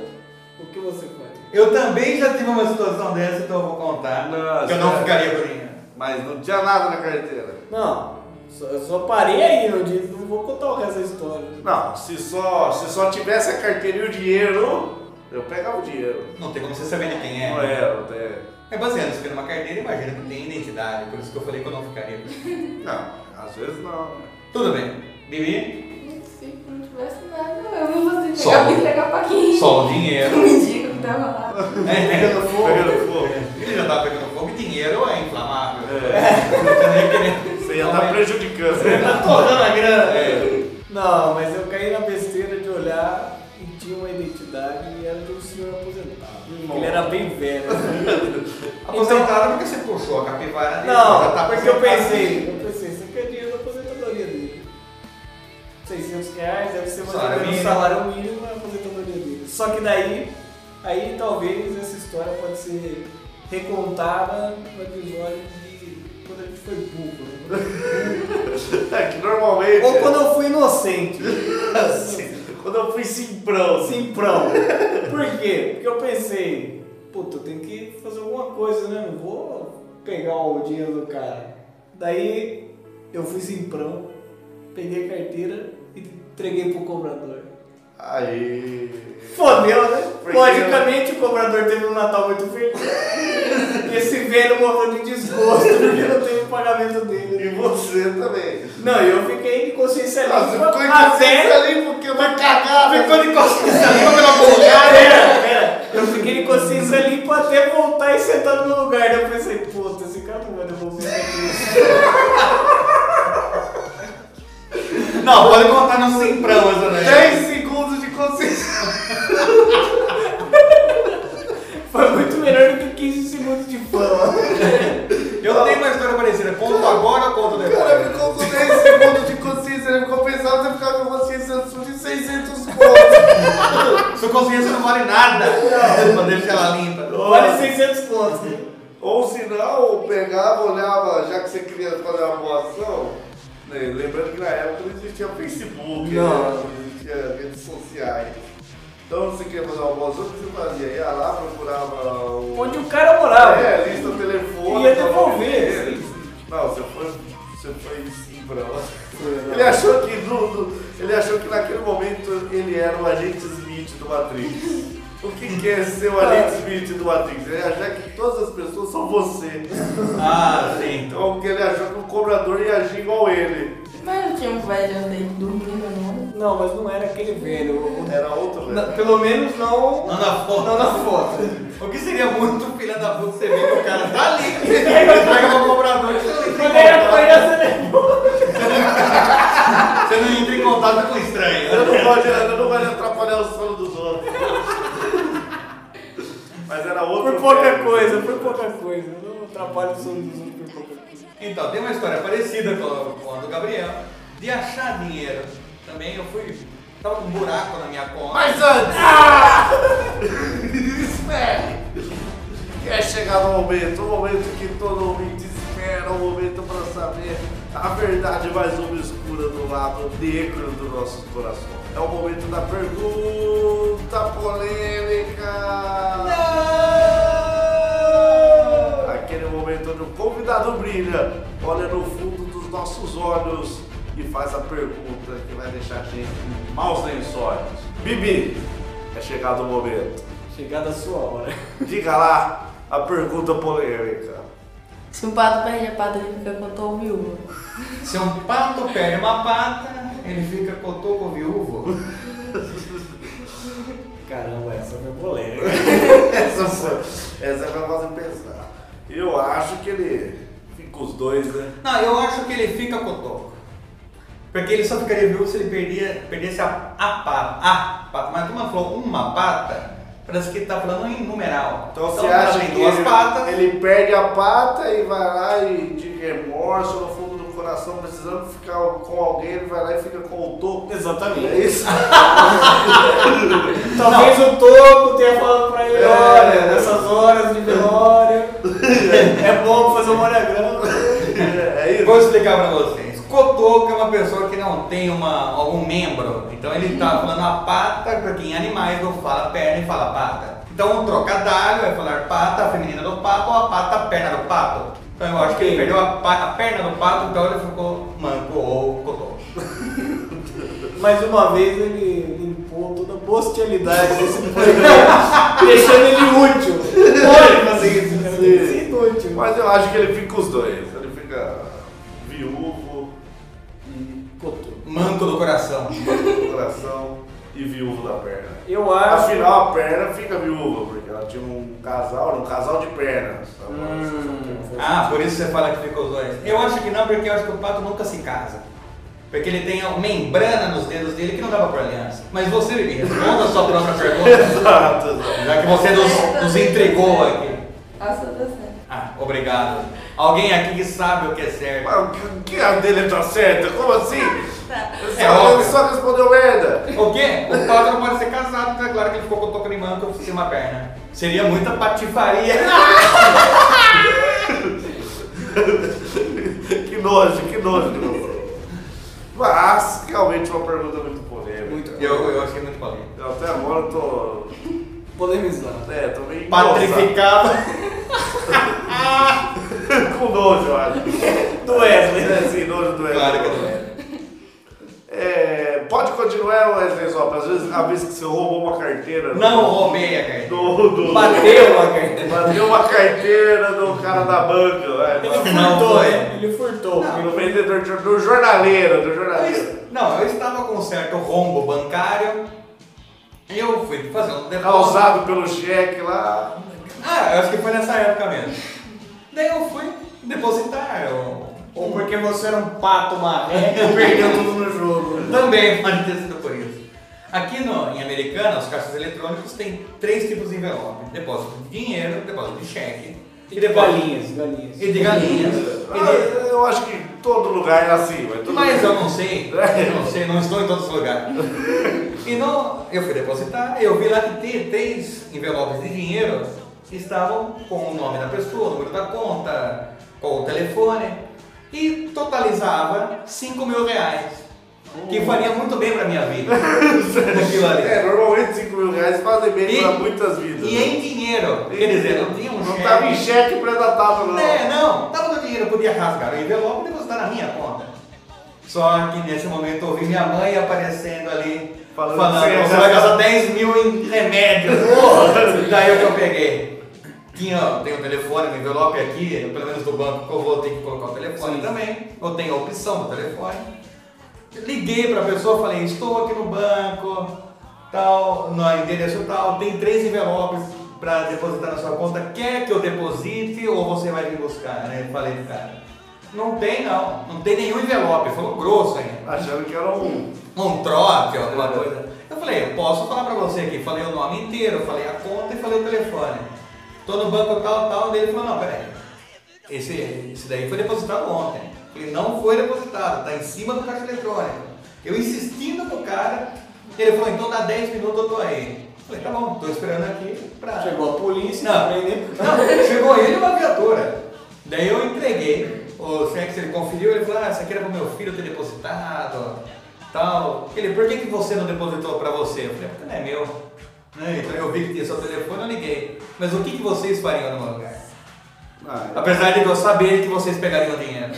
Speaker 3: o que você faz?
Speaker 4: Eu também já tive uma situação dessa, então eu vou contar.
Speaker 5: Nossa.
Speaker 4: que eu não ficaria bonita.
Speaker 5: Mas não tinha nada na carteira.
Speaker 3: Não, só- eu só parei aí, eu disse, não vou contar o resto da história.
Speaker 5: Não, se só, se só tivesse a carteira e o dinheiro, eu pegava o dinheiro.
Speaker 4: Não tem como você saber de quem
Speaker 5: Não é. era, né? até.
Speaker 4: É baseando se numa carteira, imagina que tem identidade, por isso que eu falei que eu não ficaria.
Speaker 5: Não, às vezes não, né?
Speaker 4: Tudo bem. Bibi?
Speaker 6: Se não tivesse nada, eu não fosse
Speaker 4: Só.
Speaker 6: pegar, me entregar pra quem?
Speaker 4: Só o dinheiro.
Speaker 6: Me diga que tava lá.
Speaker 4: É,
Speaker 5: Pegando fogo. Pegando fogo.
Speaker 4: ele já tá pegando fogo e dinheiro é inflamável.
Speaker 5: É,
Speaker 4: É.
Speaker 5: você ia estar prejudicando.
Speaker 4: Tá torrando a grana.
Speaker 3: Não, mas eu caí na besteira de um era bem assim, né? velha.
Speaker 4: Aposentada porque você puxou a capivara dele. já
Speaker 3: Não,
Speaker 4: tá
Speaker 3: porque eu
Speaker 4: aposentada.
Speaker 3: pensei, eu pensei, isso aqui é dinheiro da aposentadoria dele. 600 reais deve ser mais ou
Speaker 4: Salário
Speaker 3: menos o
Speaker 4: mínimo.
Speaker 3: salário mínimo da aposentadoria dele. Só que daí, aí talvez essa história pode ser recontada no episódio de quando a gente foi burro. *laughs* né?
Speaker 5: É que normalmente.
Speaker 3: Ou quando eu fui inocente.
Speaker 5: quando eu fui simprão.
Speaker 3: Simprão. Por quê? Porque eu pensei, puta, eu tenho que fazer alguma coisa, né? Não vou pegar o dinheiro do cara. Daí eu fui simprão, peguei a carteira e entreguei pro cobrador.
Speaker 5: Aí.
Speaker 3: Fodeu, né?
Speaker 5: Porque-
Speaker 3: Logicamente o cobrador teve um Natal muito feliz. Esse velho morreu de desgosto porque não teve o pagamento dele.
Speaker 5: E você também.
Speaker 3: Não, eu fiquei de consciência
Speaker 5: Ah, você
Speaker 3: limpa
Speaker 5: ficou em
Speaker 3: até
Speaker 5: consciência ali porque né? uma cagada.
Speaker 3: Ficou de consciência limpa pela É Pera, pera. Eu fiquei de consciência limpa até voltar e sentar no meu lugar. Daí eu pensei, puta, esse cara não vai devolver isso aqui. Não,
Speaker 4: Pode contar no simprão essa
Speaker 3: né? É.
Speaker 4: daí.
Speaker 5: 10 segundos de consciência.
Speaker 3: foi muito melhor do que 15 segundos de fama.
Speaker 4: Eu tenho uma história parecida. Conto agora ou conto
Speaker 5: O cara
Speaker 4: depois?
Speaker 5: ficou com 10 segundos de consciência. Ele ficou pensando em ficar com consciência de 600 pontos.
Speaker 4: Sua consciência não vale nada. Não. Deixa ela limpa.
Speaker 3: Vale 600 pontos. né?
Speaker 5: Ou se não, pegava, olhava, já que você queria fazer uma boa ação. né, Lembrando que na época não existia Facebook, né,
Speaker 3: Não.
Speaker 5: não existia redes sociais. Então se queria fazer uma boa ação, o que você fazia? Ia lá, procurava o.
Speaker 3: Onde o cara morava.
Speaker 5: É, lista o telefone.
Speaker 3: Ia
Speaker 5: tal,
Speaker 3: devolver,
Speaker 5: beleza.
Speaker 3: sim.
Speaker 5: Não, você foi. Você foi sim pra lá. Ele achou que Dudu. Ele achou que naquele momento ele era o agente Smith do Matrix. O que, que é ser o
Speaker 3: Ah.
Speaker 5: agente Smith do Matrix? Ele achar que todas as pessoas são você.
Speaker 4: Ah, sim.
Speaker 5: Então porque ele achou que o cobrador ia agir igual ele.
Speaker 6: Mas não tinha um velho dele dormindo, não.
Speaker 3: Não, mas não era aquele velho.
Speaker 5: Era outro, velho.
Speaker 3: Na- Pelo menos não.
Speaker 4: Não na foto.
Speaker 3: Não na foto.
Speaker 4: O que seria muito filha da puta você ver que o cara tá ali. Pega o cobrador. Você não entra em
Speaker 3: Quando era
Speaker 4: contato.
Speaker 3: criança, né?
Speaker 4: Você não entra em contato com né? estranho.
Speaker 5: Eu não gosto de- eu não gosto de atrapalhar o sono dos outros. Mas era outro.
Speaker 3: Por pouca
Speaker 5: velho.
Speaker 3: coisa, por pouca coisa. Eu não atrapalho o sono dos outros por pouca coisa.
Speaker 4: Então, tem uma história parecida com a, com a do Gabriel, de achar dinheiro. Também eu fui. Tava com um buraco na minha conta.
Speaker 5: Mas antes!
Speaker 3: Ah!
Speaker 5: Espere! Quer chegar no momento, o momento que todo ouvinte espera, o momento para saber a verdade mais obscura do lado negro do nosso coração. É o momento da pergunta polêmica! Aquele momento onde o convidado brilha, olha no fundo dos nossos olhos e faz a pergunta que vai deixar a gente em maus lençóis. Bibi, é chegado o momento.
Speaker 3: Chegada a sua hora.
Speaker 5: Diga lá a pergunta polêmica.
Speaker 6: Se o pato perde a pata, ele fica com a tua viúva.
Speaker 4: Se um pato perde uma pata, ele fica cotoco viúvo.
Speaker 3: Caramba, essa foi polêmica.
Speaker 5: Essa foi, essa vai fazer pensar. Eu acho que ele fica com os dois, né?
Speaker 4: Não, eu acho que ele fica cotoco. Porque ele só ficaria viúvo se ele perdia, perdesse a, a pata. A pata. Mas como ela falou uma pata, parece que ele tá falando em numeral.
Speaker 5: Então você
Speaker 4: ela
Speaker 5: acha
Speaker 4: tem
Speaker 5: que
Speaker 4: duas
Speaker 5: ele,
Speaker 4: patas.
Speaker 5: ele perde a pata e vai lá e de remorso no fundo do coração, precisando ficar com alguém, ele vai lá e fica com o toco. É
Speaker 3: Exatamente.
Speaker 5: isso?
Speaker 3: Talvez o Toco tenha falado pra ele,
Speaker 5: É.
Speaker 3: olha, nessas horas de velório, é bom fazer um monograma.
Speaker 5: É isso?
Speaker 4: Vou explicar pra vocês. Cotoco é uma pessoa que não tem uma, algum membro. Então ele tá falando a pata, porque em animais não fala perna e fala pata. Então um trocadilho é falar pata, a feminina do pato, ou a pata, a perna do pato. Então eu acho que ele perdeu a, pa- a perna do pato, então ele ficou manco ou cotoco.
Speaker 3: Mais uma vez ele limpou toda a bestialidade *laughs* desse podcast, deixando ele útil. Pode fazer isso, cara. Tem que ser inútil.
Speaker 5: Mas eu acho que ele fica com os dois. Ele fica viúvo e cotoco
Speaker 4: Manco do coração.
Speaker 5: do coração e viúvo da perna.
Speaker 3: Eu acho.
Speaker 5: Afinal, a perna fica viúva, porque ela tinha um casal, um casal de pernas.
Speaker 3: Hum.
Speaker 4: Ah, por isso você fala que ficou os dois. Eu acho que não, porque eu acho que o pato nunca se casa. Porque ele tem uma membrana nos dedos dele que não dava pra aliança. Mas você me responda a sua própria pergunta, *laughs*
Speaker 5: Exato, exato.
Speaker 4: já que você nos, nos entregou aqui.
Speaker 6: Passa da tá certo.
Speaker 4: Ah, obrigado. Alguém aqui que sabe o que é certo.
Speaker 5: Mas que a dele tá certa? Como assim?
Speaker 6: Tá.
Speaker 5: Só-
Speaker 4: É óbvio.
Speaker 5: só respondeu merda.
Speaker 4: O quê? O padre não pode ser casado, então é claro que ele ficou com o toca limão que eu ofereci uma perna. Seria muita patifaria.
Speaker 5: que nojo, que nojo. meu. Mas, realmente uma pergunta muito polêmica.
Speaker 3: Muito.
Speaker 4: Eu, eu achei muito polêmico.
Speaker 5: Eu até agora tô.
Speaker 3: Polemizando.
Speaker 5: É, tô meio.
Speaker 4: Patrificado.
Speaker 5: engonçado. *laughs* Com nojo, eu acho. Do Wesley. É, sim, nojo do Wesley.
Speaker 4: Claro que não é.
Speaker 5: É, pode continuar, Wesley Zop. Às vezes, a vez que você roubou uma carteira. né?
Speaker 4: Não roubei a carteira.
Speaker 5: Do, do,
Speaker 4: Bateu a carteira.
Speaker 5: Bateu uma carteira do cara da banca, vai.
Speaker 4: Não foi.
Speaker 3: Ele furtou.
Speaker 5: Do vendedor, de- do jornaleiro, do jornaleiro.
Speaker 4: Eu- Não, eu estava com um certo rombo bancário. Eu fui fazer um
Speaker 3: Ah,
Speaker 4: depósito.
Speaker 5: Causado Tá pelo cheque lá.
Speaker 4: Ah, eu acho que foi nessa época mesmo. Daí eu fui depositar. Eu...
Speaker 3: Ou porque você era um pato marreco e perdeu tudo no jogo.
Speaker 4: *laughs* Também pode ter sido por isso. Aqui no, em Americana, os caixas eletrônicos têm três tipos de envelope: depósito de dinheiro, depósito de cheque e depósito
Speaker 3: Galinhas, é. galinhas.
Speaker 4: e de galinhas. E
Speaker 5: Ah, eu acho que todo lugar é assim, mas
Speaker 4: de-
Speaker 5: tudo
Speaker 4: Mas
Speaker 5: bem.
Speaker 4: eu não sei, eu não sei, não estou em todos os lugares. E não, eu fui depositar, eu vi lá que tinha três envelopes de dinheiro que estavam com o nome da pessoa, o número da conta, com o telefone, e totalizava 5 mil reais. Que faria muito bem pra minha
Speaker 5: *laughs*
Speaker 4: vida. Aquilo ali.
Speaker 5: Oh. É, normalmente 5 mil reais fazem bem
Speaker 4: E-
Speaker 5: pra muitas vidas. né?
Speaker 4: E em dinheiro. Quer dizer, não tinha um
Speaker 5: não
Speaker 4: cheque.
Speaker 5: tava em cheque pré-datado, não.
Speaker 4: É, não. Tava no dinheiro, eu podia rasgar o envelope e depositar na minha conta. Só que nesse momento eu ouvi minha mãe aparecendo ali,
Speaker 5: Falando
Speaker 4: falando,
Speaker 5: que você
Speaker 4: você
Speaker 5: ia gastar
Speaker 4: vai gastar 10 mil em remédios. *laughs* Porra! Daí o que eu peguei? Tinha, ó, tem o telefone, o envelope aqui, pelo menos do banco que eu vou ter que colocar o telefone também. Eu tenho a opção do telefone. Liguei pra pessoa, falei, estou aqui no banco, tal, no endereço tal, tem três envelopes pra depositar na sua conta, quer que eu deposite ou você vai me buscar, né? Falei, cara, não tem não, não tem nenhum envelope, falou grosso ainda.
Speaker 5: Achando que era um.
Speaker 4: Um trote, alguma coisa. Eu falei, eu posso falar pra você aqui, falei o nome inteiro, falei a conta e falei o telefone. Tô no banco tal, tal, daí ele falou, não, peraí, esse, esse daí foi depositado ontem. Ele não foi depositado, tá em cima do caixa eletrônico. Eu insistindo com o cara, ele falou, então dá 10 minutos eu tô aí. Eu Falei, tá bom, tô esperando aqui pra.
Speaker 3: Chegou a polícia,
Speaker 4: Não.
Speaker 3: prendeu.
Speaker 4: Não, chegou ele e uma viatura. Daí eu entreguei. O Sex ele conferiu, ele falou, ah, isso aqui era pro meu filho ter depositado, tal. Ele, por que, que você não depositou pra você? Eu falei, porque não é meu. Né, Então eu vi que tinha seu telefone, eu liguei. Mas o que, que vocês fariam no meu lugar?
Speaker 5: Ah,
Speaker 4: Apesar de eu saber que vocês pegariam
Speaker 5: *laughs*
Speaker 4: o dinheiro.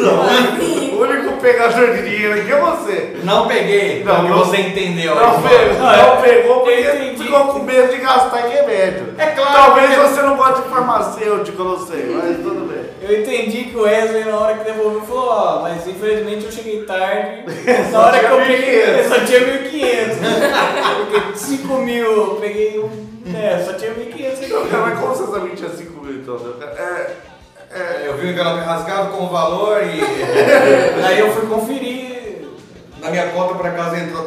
Speaker 5: o único pegador de dinheiro aqui é você.
Speaker 4: Não peguei,
Speaker 5: Não,
Speaker 4: não,
Speaker 5: não-
Speaker 4: você entendeu.
Speaker 5: Não pegou,
Speaker 4: é.
Speaker 5: não pegou porque
Speaker 3: entendi.
Speaker 5: ficou com medo de gastar em remédio.
Speaker 4: É claro
Speaker 5: Talvez
Speaker 4: que-
Speaker 5: você não goste de farmacêutico, eu não sei, mas tudo bem.
Speaker 3: Eu entendi que o Wesley, na hora que devolveu, falou: Ó, mas infelizmente eu
Speaker 5: *laughs*
Speaker 3: cheguei tarde. Na hora que eu
Speaker 5: tinha
Speaker 3: peguei,
Speaker 5: 1.500.
Speaker 3: eu só tinha 1.500. Eu peguei 5 mil, eu peguei um. É, só tinha 1.500.
Speaker 5: Então, cara, mas
Speaker 3: aqui.
Speaker 5: como você sabe que tinha 5 mil então? né? É,
Speaker 4: Eu vi o envelope rasgado com o valor e.
Speaker 5: *laughs*
Speaker 3: Aí eu fui conferir.
Speaker 4: Na minha conta por acaso entrou 3,15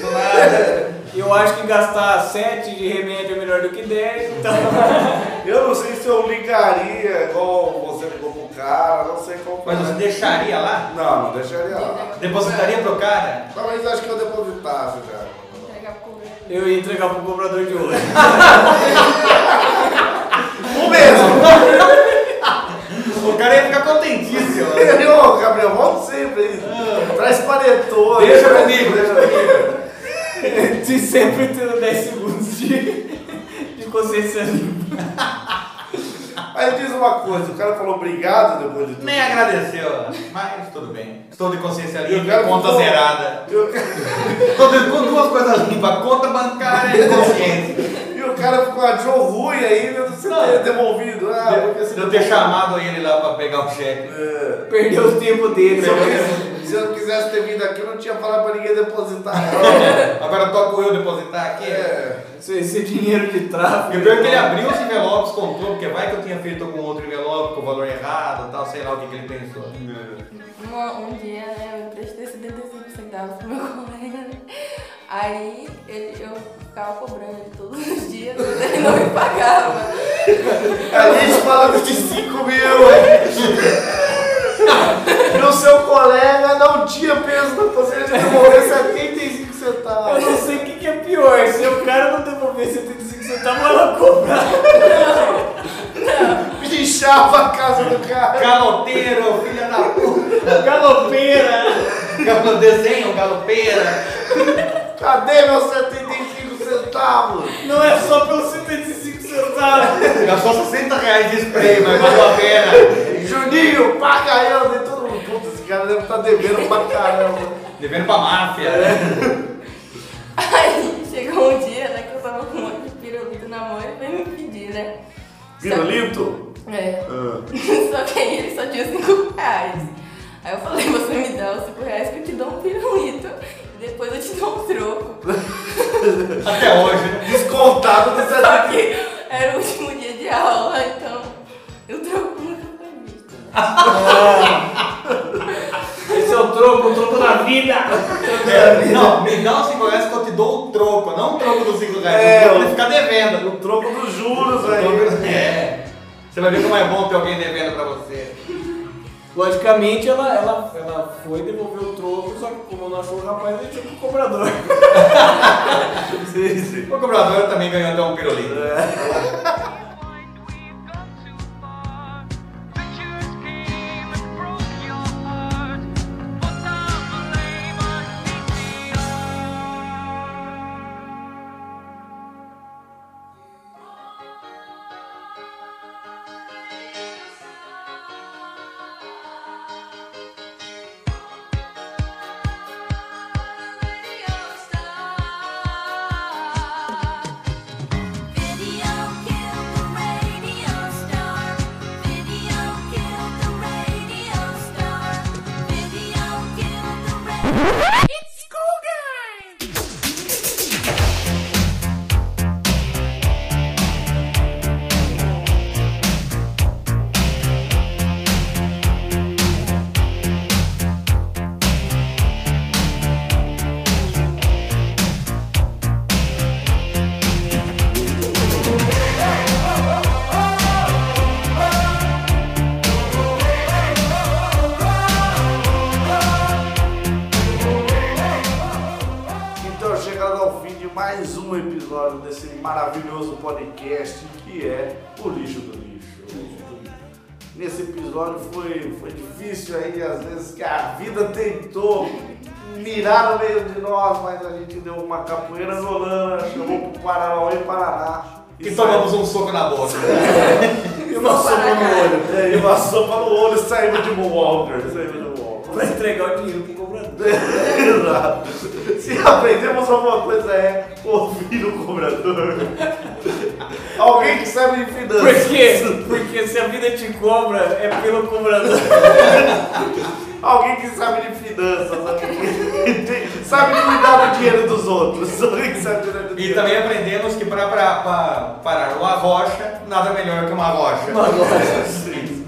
Speaker 4: do nada.
Speaker 3: Eu acho que gastar 7 de remédio é melhor do que 10, então. *laughs*
Speaker 5: eu não sei se eu ligaria igual você ligou pro cara, não sei como.
Speaker 4: *laughs* Mas você deixaria lá?
Speaker 5: Não, não deixaria lá.
Speaker 4: Depositaria pro cara?
Speaker 5: Talvez acho que eu depositasse, cara.
Speaker 6: Entregar pro governo.
Speaker 3: Eu ia entregar pro cobrador de *laughs* hoje.
Speaker 5: O mesmo!
Speaker 4: O cara ia ficar contentíssimo.
Speaker 5: *laughs* Ô, Gabriel, volta sempre aí. Traz panetone.
Speaker 4: Ah. Deixa
Speaker 5: traz-
Speaker 4: comigo, deixa comigo.
Speaker 3: Se sempre tendo 10 segundos de, de consciência limpa.
Speaker 5: Mas diz uma coisa, o cara falou obrigado depois de tudo.
Speaker 4: Nem agradeceu, mas tudo bem. Estou de consciência
Speaker 5: E o
Speaker 4: limpa,
Speaker 5: cara
Speaker 4: e conta
Speaker 5: ficou-
Speaker 4: zerada. *laughs*
Speaker 5: E o-
Speaker 4: Estou de- com duas coisas limpas, conta bancária e consciência.
Speaker 5: E o cara ficou a Joe ruim ainda de você ter devolvido. Ah, porque
Speaker 4: De
Speaker 5: você
Speaker 4: eu ter chamado ele lá pra pegar o cheque.
Speaker 5: É.
Speaker 3: Perdeu o tempo dele.
Speaker 5: Se eu quis- *laughs* Se eu não quisesse ter vindo aqui, eu não tinha falado pra ninguém depositar.
Speaker 4: *laughs* Agora toco eu depositar aqui.
Speaker 5: É.
Speaker 3: Isso esse dinheiro de
Speaker 4: E o
Speaker 3: tráfico.
Speaker 4: pior é que ele abriu os envelopes,
Speaker 5: É.
Speaker 4: contou, porque vai que eu tinha feito algum outro envelope com o valor errado, tal, sei lá o que, que ele pensou.
Speaker 6: Não uma- um dia né, eu emprestei 75 centavos pro meu colega. né? Aí ele, eu ficava cobrando ele todos os dias, mas ele não me pagava.
Speaker 5: A gente falando de 5 mil, hein? E o seu colega não tinha peso na consciência de devolver 75
Speaker 3: Eu
Speaker 5: centavos.
Speaker 3: não sei o que, que é pior, se o cara não devolver 75 centavos, ela compra.
Speaker 5: Pinchava a casa do cara.
Speaker 4: Galopeiro, filha da puta!
Speaker 3: Galopeira.
Speaker 4: Galo- Desenho, galopeira!
Speaker 5: Cadê meus 75 centavos?
Speaker 3: Não é só pelos 75 centavos.
Speaker 4: Gastou 60 reais de spray, mas valeu a pena!
Speaker 5: Juninho, paga eu. E todo mundo, puta, esse cara deve estar devendo pra caramba.
Speaker 4: Devendo pra máfia, né?
Speaker 6: Aí chegou um dia, né, que eu tava com um monte de pirulito na mão e foi me pedir, né? Só-
Speaker 5: Pirulito?
Speaker 6: É.
Speaker 5: Ah.
Speaker 6: *laughs* Só que aí ele só tinha 5 reais. Aí eu falei, você me dá os 5 reais que eu te dou um pirulito. E depois eu te dou um troco.
Speaker 4: Até hoje, né?
Speaker 5: Descontado do
Speaker 6: Só
Speaker 5: 75
Speaker 6: que era o último dia de aula, então eu troco nunca foi visto.
Speaker 3: Esse é o troco, o troco da vida.
Speaker 4: É, não, me dá os 5 reais que eu te dou o troco, não o troco dos 5 reais,
Speaker 5: É,
Speaker 4: o troco
Speaker 5: o-
Speaker 4: de ficar devendo.
Speaker 5: O troco dos
Speaker 4: O
Speaker 5: juros aí.
Speaker 4: troco- É. Você vai ver como é bom ter alguém devendo pra você.
Speaker 3: Logicamente, ela, ela, ela foi devolver o troco, só que como não achou o rapaz, ele tinha pro cobrador. *laughs*
Speaker 5: Sim, sim.
Speaker 4: O cobrador também ganhou até um pirulito.
Speaker 5: É. Então, chegando ao fim de mais um episódio desse maravilhoso podcast que é O Lixo do Lixo. Nesse episódio foi, foi difícil aí, às vezes que a vida tentou mirar no meio de nós, mas a gente deu uma capoeira zolana, chamou pro Paranauê e Paraná.
Speaker 4: E tomamos um soco na boca.
Speaker 5: E uma sopa no olho. É, E uma sopa no olho e saímos de Moonwalker. Saímos de Moonwalker.
Speaker 3: Vai entregar o dinheiro pro cobrador.
Speaker 5: Exato. Se aprendemos alguma coisa é ouvir o cobrador. Alguém que sabe de
Speaker 3: Por
Speaker 5: finanças.
Speaker 3: quê? Porque se a vida te cobra, é pelo cobrador. *laughs*
Speaker 5: Alguém que sabe de finanças. alguém que *laughs* tem- sabe cuidar do dinheiro dos outros. Alguém que sabe cuidar do
Speaker 4: E
Speaker 5: dinheiro.
Speaker 4: também aprendemos que pra, pra- pra parar uma rocha, nada melhor que uma rocha. Uma rocha, sim.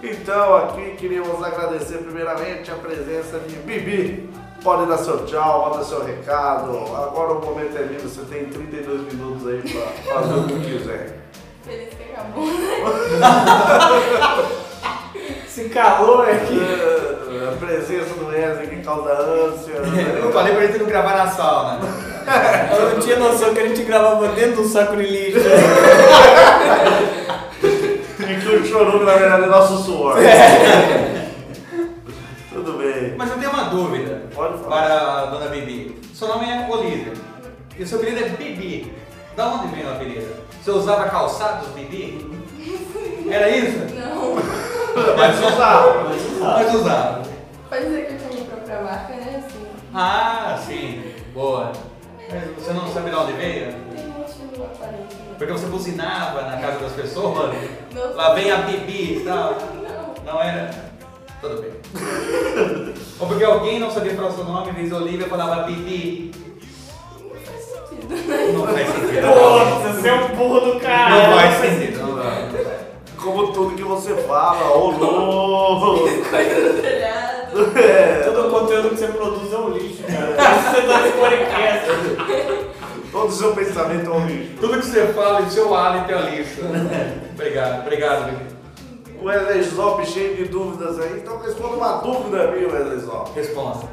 Speaker 5: Então, aqui queríamos agradecer primeiramente a presença de Bibi. Pode dar seu tchau, manda seu recado. Agora o momento é livre, você tem 32 minutos aí pra fazer o que quiser.
Speaker 6: Feliz que acabou, né?
Speaker 3: Esse calor aqui.
Speaker 5: Ah, A presença do Wesley que causa
Speaker 4: *laughs*
Speaker 5: ânsia. né?
Speaker 4: Eu falei pra gente não né? gravar na sauna.
Speaker 3: Eu não tinha noção que a gente gravava dentro do saco de lixo.
Speaker 5: E que o chorume, na verdade, é nosso suor. É.
Speaker 3: É.
Speaker 5: Tudo bem.
Speaker 4: Mas eu tenho uma dúvida
Speaker 5: Pode falar.
Speaker 4: para a dona Bibi. Seu nome é Olívia. E o seu apelido é Bibi. Da onde vem o apelido? Você usava calçados Bibi?
Speaker 6: *laughs*
Speaker 4: Era isso? *laughs*
Speaker 6: Não.
Speaker 5: Mas usar.
Speaker 4: Mas usava.
Speaker 6: Pode dizer que eu tinha minha própria marca, né? Assim,
Speaker 4: Ah, sim. Boa. Mas você não sabe de onde veio?
Speaker 6: tem um motivo aparente. né?
Speaker 4: Porque você buzinava na casa das pessoas?
Speaker 6: Não.
Speaker 4: Lá vem a Bibi e tal.
Speaker 6: Não.
Speaker 4: Não era? Tudo bem. Ou porque alguém não sabia falar o seu nome, fez Olívia e falava Bibi.
Speaker 6: Não faz sentido, né?
Speaker 4: Não faz sentido.
Speaker 3: Nossa, você é um burro do
Speaker 4: Não
Speaker 3: caralho.
Speaker 4: faz sentido. Não
Speaker 5: Como tudo que você fala, ô louco.
Speaker 6: Coisa do telhado.
Speaker 3: Todo o conteúdo que você produz é um lixo, cara. Você tá nesse podcast.
Speaker 5: Todo o seu pensamento é um lixo.
Speaker 4: Tudo que você fala em seu hálito é lixo. obrigado, obrigado, Vicky.
Speaker 5: O Wesley Zop cheio de dúvidas aí, então responda uma dúvida minha, Wesley Zop.
Speaker 4: Resposta.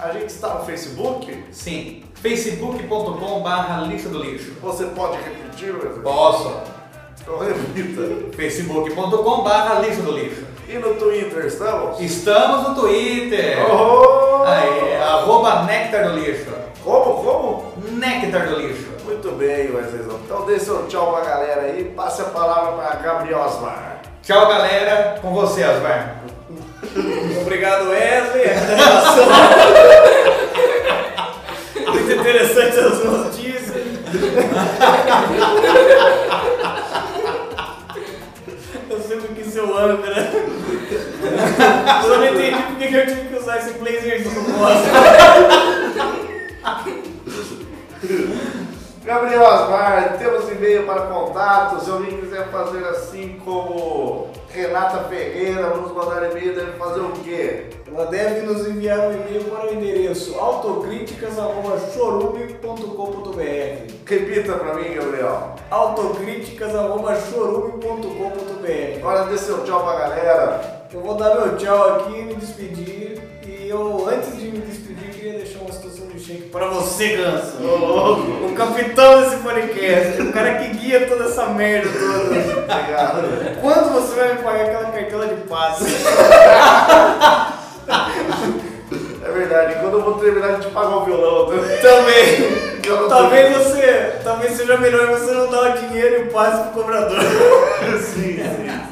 Speaker 5: A gente está no Facebook?
Speaker 4: Sim. facebook.com barra lista do lixo.
Speaker 5: Você pode repetir, Wesley?
Speaker 4: Posso.
Speaker 5: Então repita.
Speaker 4: facebook.com barra lista do lixo.
Speaker 5: E no Twitter estamos?
Speaker 4: Estamos no Twitter.
Speaker 5: Oh!
Speaker 4: Aí, arroba Nectar do Lixo.
Speaker 5: Como, como?
Speaker 4: Nectar do Lixo.
Speaker 5: Muito bem, Wesley Zop. Então dê seu tchau pra galera aí, passe a palavra pra Gabriel Osmar.
Speaker 4: Tchau, galera. Com você, Osmar.
Speaker 3: Obrigado, *laughs* Wesley. Muito interessante as notícias. Eu sempre quis ser o âncora. né? Eu só não entendi porque que eu tive que usar esse blazer de propósito.
Speaker 5: Gabriel Osmar, temos e-mail para contato. Se alguém quiser fazer assim como Renata Ferreira, nos mandar e-mail, deve fazer o quê?
Speaker 3: Ela deve nos enviar um e-mail para o endereço autocríticas.chorume.com.br
Speaker 5: Repita pra mim, Gabriel.
Speaker 3: autocríticas.chorume.com.br
Speaker 5: Agora dê seu tchau pra galera.
Speaker 3: Eu vou dar meu tchau aqui, me despedir. E eu, antes de me despedir, queria deixar uma situação de shake para você, Ganso. O capitão desse podcast, o cara que guia toda essa merda toda.
Speaker 5: Obrigado.
Speaker 3: Quando você vai me pagar aquela cartela de passe?
Speaker 5: É verdade, quando eu vou terminar de pagar o violão, tá? eu
Speaker 3: Também.
Speaker 5: Que eu não tô
Speaker 3: Talvez
Speaker 5: vendo.
Speaker 3: você, talvez seja melhor você não dar o dinheiro e o passe pro cobrador.
Speaker 5: *laughs* sim, sim.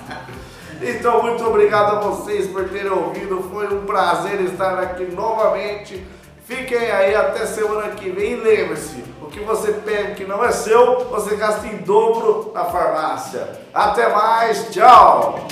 Speaker 5: Então, muito obrigado a vocês por terem ouvido. Foi um prazer estar aqui novamente. Fiquem aí até semana que vem. E lembre-se: o que você pega que não é seu, você gasta em dobro na farmácia. Até mais, tchau!